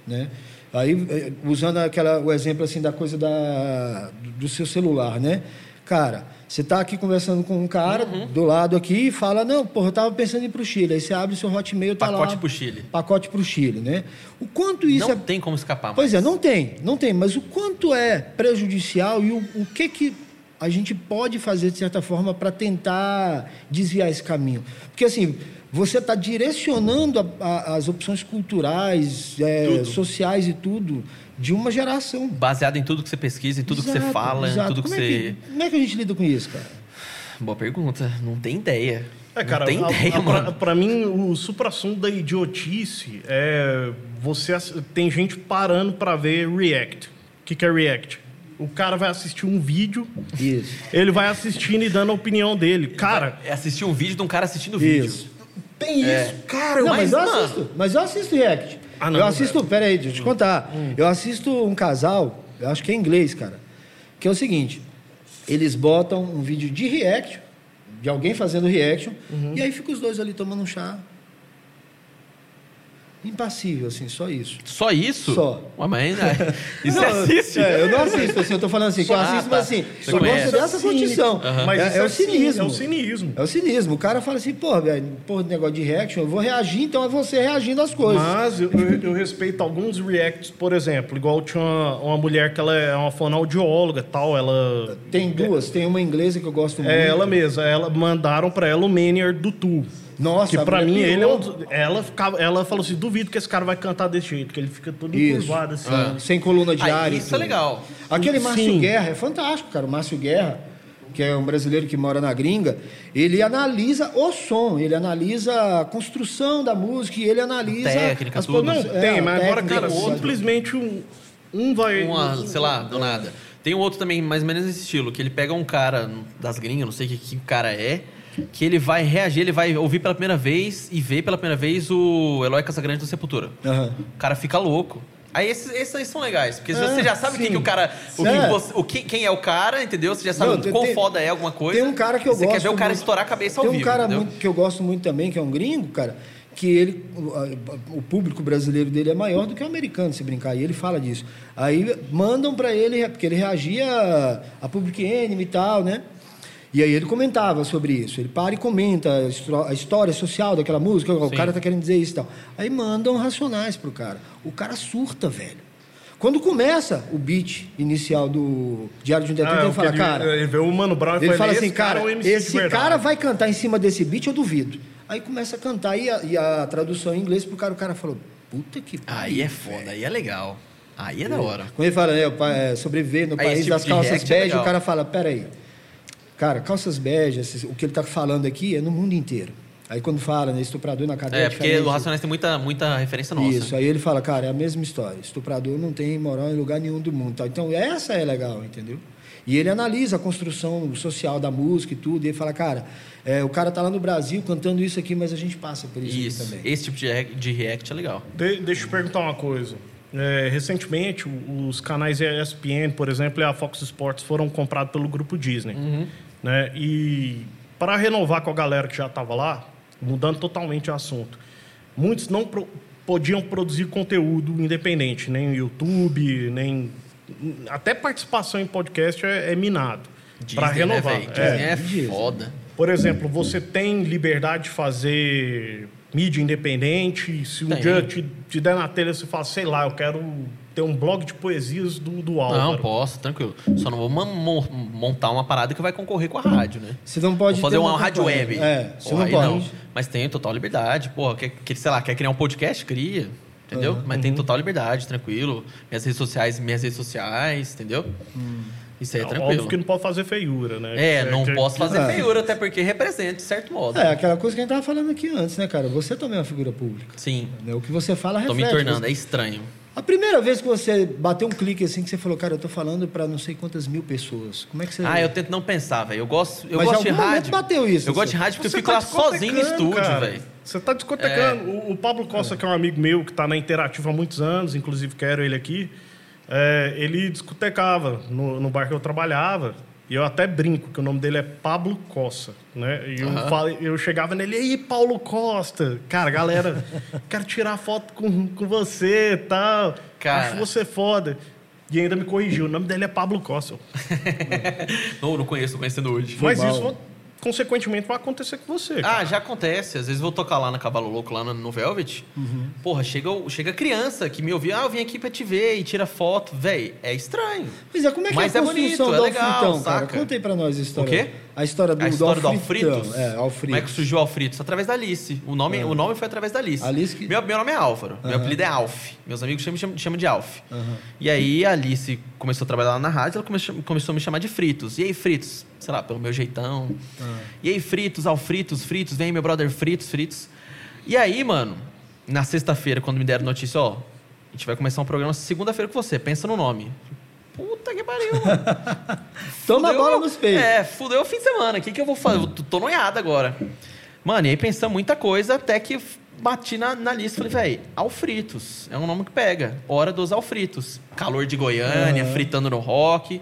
né? Aí, eh, usando aquela, o exemplo assim da coisa da, do- do seu celular, né? Cara, você está aqui conversando com um cara Uhum. do lado aqui e fala, não, porra, eu tava pensando em ir pro Chile. Aí você abre o seu Hotmail, tá lá... Pacote pro Chile. Pacote pro Chile, né? O quanto isso não é... tem como escapar. Pois é, não tem, não tem. Mas o quanto é prejudicial e o, o que que a gente pode fazer, de certa forma, para tentar desviar esse caminho? Porque, assim, você está direcionando a- a- as opções culturais, é, sociais e tudo de uma geração. Baseado em tudo que você pesquisa, em tudo que você Exato, fala, em exato. tudo que como É você. que, como é que a gente lida com isso, cara? Boa pergunta. Não tem ideia. É, cara, não tem a- ideia, a- pra- mano. pra mim, o supra-assunto da idiotice é você ass- tem gente parando pra ver React. O que, que é React? O cara vai assistir um vídeo, Isso. ele vai assistindo e dando a opinião dele. Cara, É assistir um vídeo de um cara assistindo o vídeo. Isso. É. tem isso, cara. Não, mas, mas, eu mano- assisto. Mas eu assisto React. Ah, não, eu é. assisto, peraí, deixa eu te contar. Hum. Eu assisto um casal, eu acho que é inglês, cara. Que é o seguinte: eles botam um vídeo de react, de alguém fazendo reaction, Uhum. e aí fica os dois ali tomando um chá. Impassível, assim, só isso. Só isso? Só. Ué, mas ainda- é. Isso Não, você assiste? é, eu não assisto, assim, eu tô falando assim, que eu Ah, assisto, tá. mas assim, Você eu conhece. gosto dessa condição. Mas é, isso é é o sim, cinismo. é o cinismo. É o cinismo. O cara fala assim, pô, velho, porra, negócio de reaction, eu vou reagir, então é você reagindo às coisas. Mas eu, eu- eu respeito alguns reacts, por exemplo, igual tinha uma, uma mulher que ela é uma fonoaudióloga tal, ela. Tem duas, tem uma inglesa que eu gosto muito. É ela mesma, ela mandaram pra ela o Manier do Tu. Nossa, que a pra mulher mim pirou. ele é um, dos- ela ficava, ela falou assim, duvido que esse cara vai cantar desse jeito, que ele fica todo Isso. curvado assim. Ah, Sem coluna de Aí, ar. e isso é tudo. legal. Aquele Sim. Márcio Guerra é fantástico, cara. O Márcio Guerra, que é um brasileiro que mora na gringa, ele analisa o som, ele analisa a construção da música, e ele analisa. técnica, as tudo. Não, produ- é, tem, a mas agora, técnica, cara, tudo. simplesmente um, um vai. Uma, sei lá, do nada. Tem um outro também, mais ou menos nesse estilo, que ele pega um cara das gringas, não sei o que, que o cara é, que ele vai reagir, ele vai ouvir pela primeira vez e ver pela primeira vez o Eloy Casagrande do Sepultura. Aham. O cara fica louco. Aí esses, esses aí são legais, porque Ah, você já sabe sim. quem que o cara. O É. que você- o que- quem é o cara, entendeu? Você já sabe Não, tem- quão tem- foda é alguma coisa. Tem um cara que eu você gosto. quer ver o cara muito. estourar a cabeça ao Tem um vivo. cara entendeu? muito- que eu gosto muito também, que é um gringo, cara, que ele. o- O público brasileiro dele é maior do que o americano, se brincar. E ele fala disso. Aí mandam pra ele, porque ele reagia a- a Public Enemy e tal, né? E aí ele comentava sobre isso. Ele para e comenta a histro- a história social daquela música. O Sim. cara tá querendo dizer isso e tal. Aí mandam racionais pro cara. O cara surta, velho. Quando começa o beat inicial do Diário de um Detento, Ah, ele o que fala, cara... Ele vê o Mano Brown e Ele fala "Esse assim, cara, é um MC de esse verdade." cara vai cantar em cima desse beat, eu duvido. Aí começa a cantar e a, e a tradução em inglês pro cara, o cara falou, puta que Aí pariu, é foda, aí é legal. Aí é da hora. Quando ele fala, né, o pa- é, sobreviver no Aí esse país tipo das de calças react é bege, legal. o cara fala, peraí. Cara, calças bege, esses- o que ele tá falando aqui é no mundo inteiro. Aí quando fala, né, estuprador na cadeia... É, porque diferente. né?" o Racionais tem muita, muita referência nossa. Isso, aí ele fala, cara, é a mesma história. Estuprador não tem moral em lugar nenhum do mundo. tá? Então, essa é legal, entendeu? E ele analisa a construção social da música e tudo, e ele fala, cara, é, o cara tá lá no Brasil cantando isso aqui, mas a gente passa por é isso, aqui Isso. também. Esse tipo de, re- de react é legal. De- deixa eu perguntar uma coisa. É, recentemente, o- os canais ESPN, por exemplo, e a Fox Sports foram comprados pelo grupo Disney. Né? E para renovar com a galera que já estava lá, mudando totalmente o assunto, muitos não pro- podiam produzir conteúdo independente, nem YouTube, nem até participação em podcast é, é minado. Para Disney, né, renovar. velho? Disney é, Disney. foda. Por exemplo, você tem liberdade de fazer mídia independente? Se um Tem. dia te, te der na telha, você fala, sei lá, eu quero ter um blog de poesias do, do Álvaro. Não, posso, tranquilo. Só não vou ma- mon- montar uma parada que vai concorrer com a rádio, né? Você não pode Vou fazer ter uma uma rádio campanha. web. É, você Porra, não aí pode. Mas tem total liberdade. Porra, quer, quer, sei lá, quer criar um podcast? Cria. Entendeu? É. Mas Uhum. tem total liberdade, tranquilo. Minhas redes sociais, minhas redes sociais, entendeu? Isso aí é tranquilo. Hum. Óbvio que não pode fazer feiura, né? É, não que- posso fazer é. feiura, até porque representa, de certo modo. É, aquela coisa que a gente tava falando aqui antes, né, cara? Você também é uma figura pública. Sim. né? O que você fala Tô reflete. me tornando, Você- é estranho. A primeira vez que você bateu um clique assim, que você falou, cara, eu tô falando pra não sei quantas mil pessoas. Como é que você... Ah, eu tento não pensar, velho. Eu gosto, eu Mas em gosto de algum momento rádio. bateu isso, Eu gosto de seu. rádio porque Você É tipo, eu fico tá lá sozinho no discotecando, estúdio, cara. velho. Você tá discotecando. O, o Pablo Costa, que é um amigo meu, que tá na Interativo há muitos anos, inclusive quero ele aqui, é, ele discotecava no, no bar que eu trabalhava. E eu até brinco que o nome dele é Pablo Costa, né? E eu, falo- eu chegava nele, ei, Paulo Costa, cara, galera, quero tirar foto com, com você e tal. Cara. Acho você foda. E ainda me corrigiu, o nome dele é Pablo Costa. Não, não conheço, tô conhecendo hoje. Mas mal. isso, consequentemente, vai acontecer com você. cara. Ah, já acontece. Às vezes vou tocar lá na Cavalo Louco, lá no, no Velvet. Uhum. Porra, chega, o- chega criança que me ouviu. Ah, eu vim aqui pra te ver e tira foto. Véi, é estranho. Pois é, como é que Mas é é a bonito, construção é do legal, Alfritão, cara? saca? Conta aí pra nós a história. O quê? A história do, a história do Alfritão. Alfritos. É, Como é que Alfritos. É. surgiu o Alfritos? Através da Alice. O nome, o nome foi através da Alice. Alice que- meu, meu nome é Álvaro. Meu apelido é Alf. Meus amigos chamam, chamam, chamam de Alf. E aí a Alice começou a trabalhar lá na rádio, ela começou, começou a me chamar de Fritos. E aí, Fritos? Sei lá, pelo meu jeitão. E aí, Fritos, Alfritos, Fritos, vem meu brother Fritos, Fritos. E aí, mano, na sexta-feira, quando me deram notícia, ó, a gente vai começar um programa segunda-feira com você, pensa no nome. Puta que pariu, mano. Toma a Fudeu- bola nos peitos. É, fudeu o fim de semana. O que, que eu vou fazer? Eu tô- tô noiado agora. Mano, e aí pensando muita coisa, até que f- bati na, na lista. Falei, véi, Alfritos. É um nome que pega. Hora dos Alfritos. Calor de Goiânia, fritando no rock.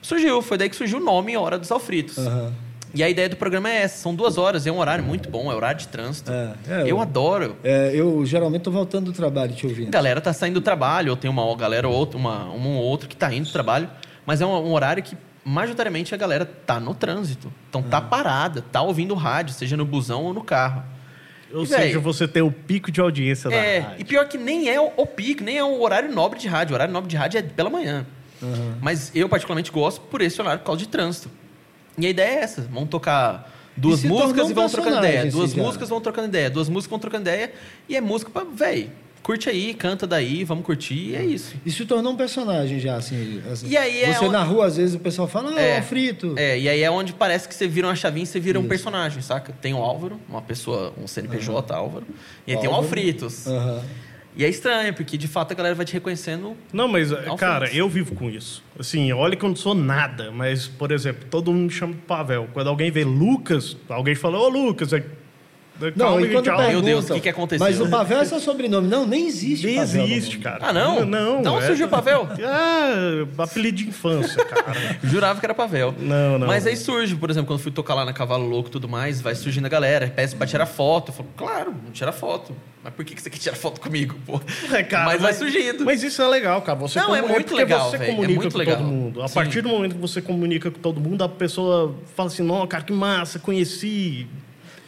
Surgiu, foi daí que surgiu o nome Hora dos Alfritos. Aham. E a ideia do programa é essa. São duas horas, é um horário muito bom, é horário de trânsito. É, é, eu o- adoro. É, eu geralmente tô voltando do trabalho te ouvindo. A galera tá saindo do trabalho, ou tem uma galera ou outra, uma, um ou outro que tá indo do trabalho, mas é um, um horário que majoritariamente a galera tá no trânsito. Então Ah. tá parada, tá ouvindo rádio, seja no busão ou no carro. Ou E, seja, véi, você tem o pico de Tá audiência da é, e rádio. pior que nem é o, o pico, nem é um horário nobre de rádio. O horário nobre de rádio é pela manhã. Mas eu particularmente gosto por esse horário por causa de trânsito. E a ideia é essa, vão tocar duas se tornou músicas um e vão trocando personagem, ideia, assim, duas já. músicas vão trocando ideia, duas músicas vão trocando ideia e é música pra, véi, curte aí, canta daí, vamos curtir, e é isso. E se tornou um personagem já, assim. assim. E aí é Você o- na rua, às vezes, o pessoal fala, ah, É. Alfrito. É, e aí é onde parece que você vira uma chavinha e você vira um personagem, saca? Tem o Álvaro, uma pessoa, um CNPJ Álvaro, e aí tem o Álvaro. Alfritos. Ah. Aham. E é estranho, porque de fato a galera vai te reconhecendo. Não, mas, Alfredo. cara, eu vivo com isso. Assim, olha que eu não sou nada, mas, por exemplo, todo mundo me chama de Pavel. Quando alguém vê Lucas, alguém fala, ô Lucas, aí Não, Calma, e quando calma. perguntam, Meu Deus, o que que aconteceu? Mas o Pavel é seu sobrenome. Não, nem existe Nem Pavel no existe, nome. cara. Ah, não? Não. Não surgiu Pavel? É, apelido de infância, cara. Jurava que era Pavel. Não, não. Mas aí surge, por exemplo, quando fui tocar lá na Cavalo Louco e tudo mais, vai surgindo a galera, pede pra tirar foto. Eu falo, claro, não tira foto. Mas por que que você quer tirar foto comigo, pô? É, cara, mas vai surgindo. Mas isso é legal, cara. Você Não, é comu- muito porque legal, Você velho. É comunica muito com legal. todo mundo. A Sim. partir do momento que você comunica com todo mundo, a pessoa fala assim: não, cara, que massa, conheci.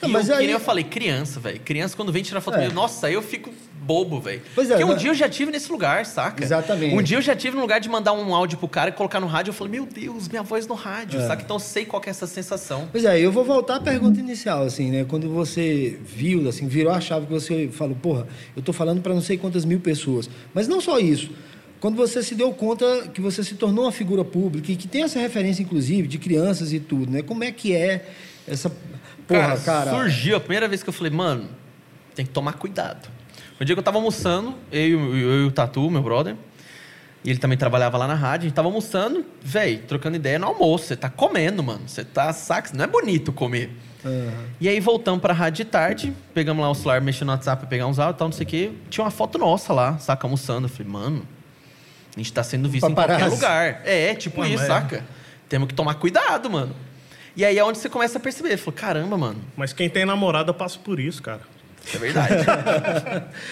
Não, E mas eu, que aí- nem eu falei, criança, velho. Criança, quando vem tirar foto É. comigo, nossa, eu fico bobo, velho. Pois é, Porque um mas- dia eu já tive nesse lugar, saca? Exatamente. Um dia eu já tive no lugar de mandar um áudio pro cara e colocar no rádio. Eu falei, meu Deus, minha voz no rádio, saca? Então eu sei qual que é essa sensação. Pois é, eu vou voltar à pergunta inicial, assim, né? Quando você viu, assim, virou a chave que você falou, porra, eu tô falando para não sei quantas mil pessoas. Mas não só isso. Quando você se deu conta que você se tornou uma figura pública e que tem essa referência, inclusive, de crianças e tudo, né? Como é que é essa. Porra, cara. Surgiu a primeira vez que eu falei, mano, tem que tomar cuidado. Um dia que eu tava almoçando, eu, e o- eu e o Tatu, meu brother, e ele também trabalhava lá na rádio, a gente tava almoçando, velho, trocando ideia no almoço. Você tá comendo, mano. Você tá sax, não é bonito comer. Aham. E aí voltamos pra rádio de tarde, pegamos lá o celular, mexendo no WhatsApp pra pegar uns áudios e tal, não sei o quê. Tinha uma foto nossa lá, saca, almoçando. Eu falei, mano, a gente tá sendo visto em Paparazzi. qualquer lugar. É, tipo Não, isso, é. saca? Temos que tomar cuidado, mano. E aí é onde você começa a perceber. Falou, caramba, mano, Mas quem tem namorada passa por isso, cara. isso é verdade.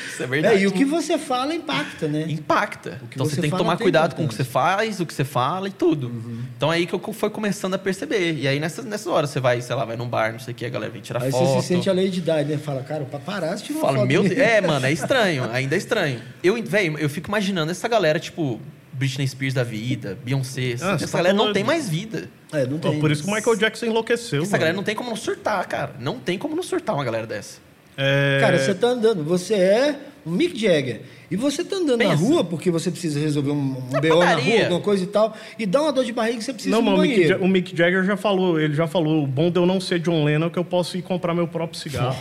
isso é verdade. É, e o que você fala impacta, né? Impacta. que Então você você tem que fala tomar tem cuidado com o que você importância. Uhum. faz, o que você fala e tudo. Então aí que eu fui começando a perceber. E aí nessas, nessas horas você vai, sei lá, vai num bar, não sei o que, a galera vem tirar Aí foto. você se sente a lei de idade, né? Fala, cara, o paparazzi tirou uma Fala, foto meu minha. Deus. É, mano, é estranho. Ainda é estranho. Eu, velho, eu fico imaginando essa galera, tipo, Britney Spears da vida, Beyoncé. Ah, você essa tá galera não falando- tem mais vida. É, não Ó, tem. por isso que o Michael Jackson enlouqueceu. Essa mano. galera não tem como não surtar, cara. Não tem como não surtar uma galera dessa. É, Cara, você tá andando, você é um Mick Jagger. E você tá andando na Pensa. rua porque você precisa resolver um, um Na BO na padaria. rua, alguma coisa e tal, e dá uma dor de barriga que você precisa Não, ir mas no o Mick, banheiro. Ja- o Mick Jagger já falou, ele já falou, o bom de eu não ser John Lennon é que eu posso ir comprar meu próprio cigarro.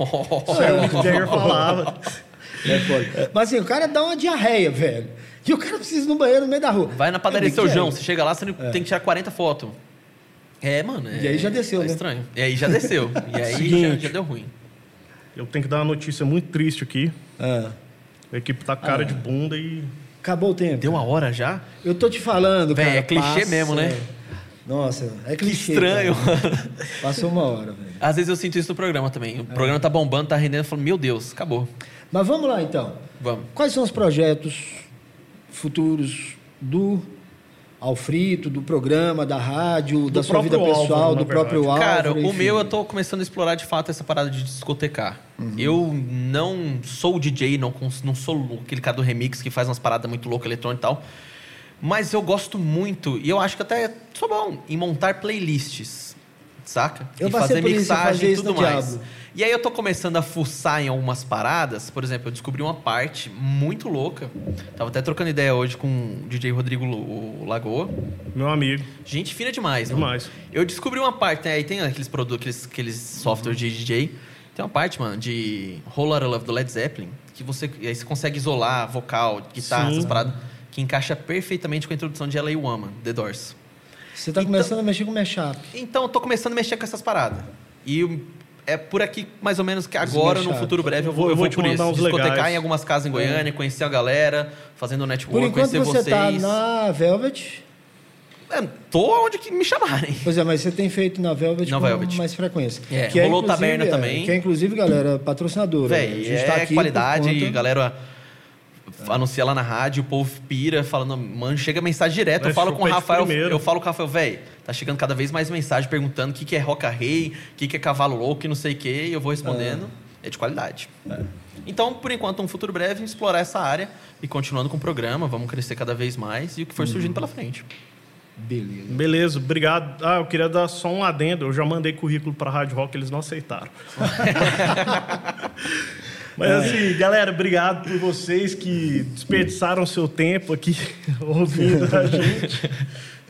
Isso é um- aí o Mick Jagger falava. um É foda. Mas assim, o cara dá uma diarreia, velho. E o cara precisa ir no banheiro no meio da rua. Vai na padaria É seu Mick João, Jagger. você chega lá, você não- tem que tirar 40 fotos. É, mano. é- E aí já desceu, é né? estranho. E aí já desceu. E aí já, Seguinte. já deu ruim. Eu tenho que dar uma notícia muito triste aqui. Ah, A equipe tá com cara de bunda e. acabou o tempo. Deu uma hora já? Eu tô te falando, Véi, cara. é clichê mesmo, né? Nossa, é clichê. estranho. cara. Passou uma hora, velho. Às vezes eu sinto isso no programa também. O programa tá bombando, tá rendendo, eu falo, meu Deus, acabou. Mas vamos lá, então. Vamos. Quais são os projetos futuros do Alfrito, do programa, da rádio, da sua vida próprio pessoal, Álvaro, na do próprio álbum? Cara, o meu é eu tô começando a explorar de fato essa parada de discotecar. Uhum. Eu não sou DJ, não, cons- não sou aquele cara do remix que faz umas paradas muito loucas eletrônicas e tal. Mas eu gosto muito, e eu acho que até sou bom, em montar playlists, saca? Eu e passei fazer por isso, eu fazia mixagem e isso tudo no mais. Diablo. E aí eu tô começando a fuçar em algumas paradas. Por exemplo, eu descobri uma parte muito louca. Tava até trocando ideia hoje com o DJ Rodrigo Lo- o Lagoa. Meu amigo, Gente fina demais, mano. demais. Eu descobri uma parte, né? Aí tem aqueles produtos, aqueles, aqueles software de DJ. Tem uma parte, mano, de Whole Lotta Love do Led Zeppelin, que você, e aí você consegue isolar vocal, guitarra, Sim. essas paradas, que encaixa perfeitamente com a introdução de LA Woman, The Doors. Você tá começando a mexer com o mashup. Então, eu tô começando a mexer com essas paradas. E eu- é por aqui, mais ou menos, que agora, no Desmanchar. futuro breve, eu vou, Eu eu vou vou te por mandar isso. uns Discotecar legais. em algumas casas em Goiânia, conhecer a galera, fazendo network, Por enquanto conhecer você vocês. tá na Velvet. É, tô onde que me chamarem. Pois é, mas você tem feito na Velvet Na com Velvet. mais frequência. É, rolou inclusive, Taberna é, também. Que é, inclusive, galera, patrocinadora. né? Véi, é por qualidade, conta- galera anuncia lá na rádio, o povo pira, falando, mano, chega mensagem direto. Eu Mas falo com o chupa de Rafael, primeiro. eu falo com o Rafael, véi, tá chegando cada vez mais mensagem perguntando o que, que é Roca Rei, o que, que é Cavalo Louco e não sei o que, e eu vou respondendo. Ah. É de qualidade. Então, por enquanto, um futuro breve, explorar essa área e continuando com o programa, vamos crescer cada vez mais e o que Uhum. for surgindo pela frente. Beleza. Beleza, obrigado. Ah, eu queria dar só um adendo. Eu já mandei currículo pra Rádio Rock, eles não aceitaram. Mas assim, galera, obrigado por vocês que desperdiçaram seu tempo aqui ouvindo a gente.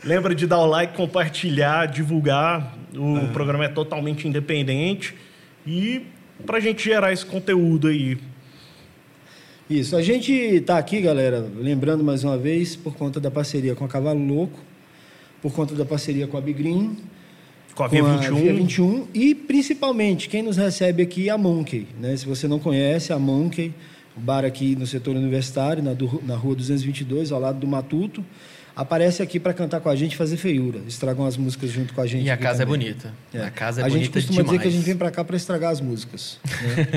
Lembra de dar o like, compartilhar, divulgar. O programa é totalmente independente. E pra gente gerar esse conteúdo aí. Isso, a gente está aqui, galera, lembrando mais uma vez, por conta da parceria com a Cavalo Louco, por conta da parceria com a Big Green, Com a Via com a 21. Via 21 e um. principalmente quem nos recebe aqui é a Monkey, né? Se você não conhece a Monkey, o bar aqui no setor universitário, na, do- na rua 222, ao lado do Matuto, aparece aqui para cantar com a gente, e fazer feiura, estragam as músicas junto com a gente. E a aqui casa é também. bonita. A casa é a gente bonita costuma demais. dizer que a gente vem para cá para estragar as músicas.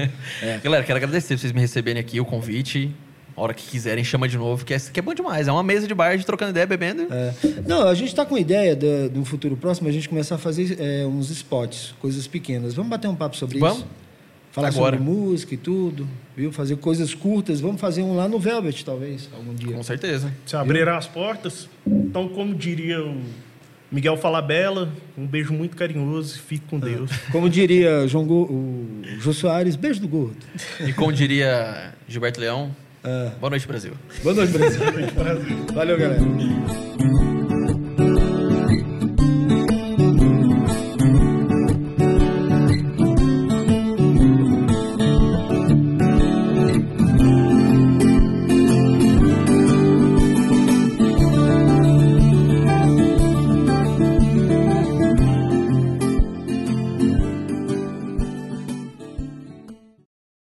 né? É. Galera, quero agradecer vocês me receberem aqui, o convite. A hora que quiserem, chama de novo, que é, que é bom demais. É uma mesa de bar, a gente trocando ideia, bebendo. É. Não, a gente está com a ideia de, de um futuro próximo a gente começar a fazer é, uns spots, coisas pequenas. Vamos bater um papo sobre Vamos? Tá isso? Falar Agora. sobre música e tudo, viu? Fazer coisas curtas. Vamos fazer um lá no Velvet, talvez, algum dia. Com certeza. Se abriram as portas. Então, como diria o Miguel Falabella, um beijo muito carinhoso e fique com Deus. Como diria João Go- o Jô Soares, beijo do gordo. E como diria Gilberto Leão, Ah, boa noite, Brasil. boa noite, Brasil. Valeu, galera.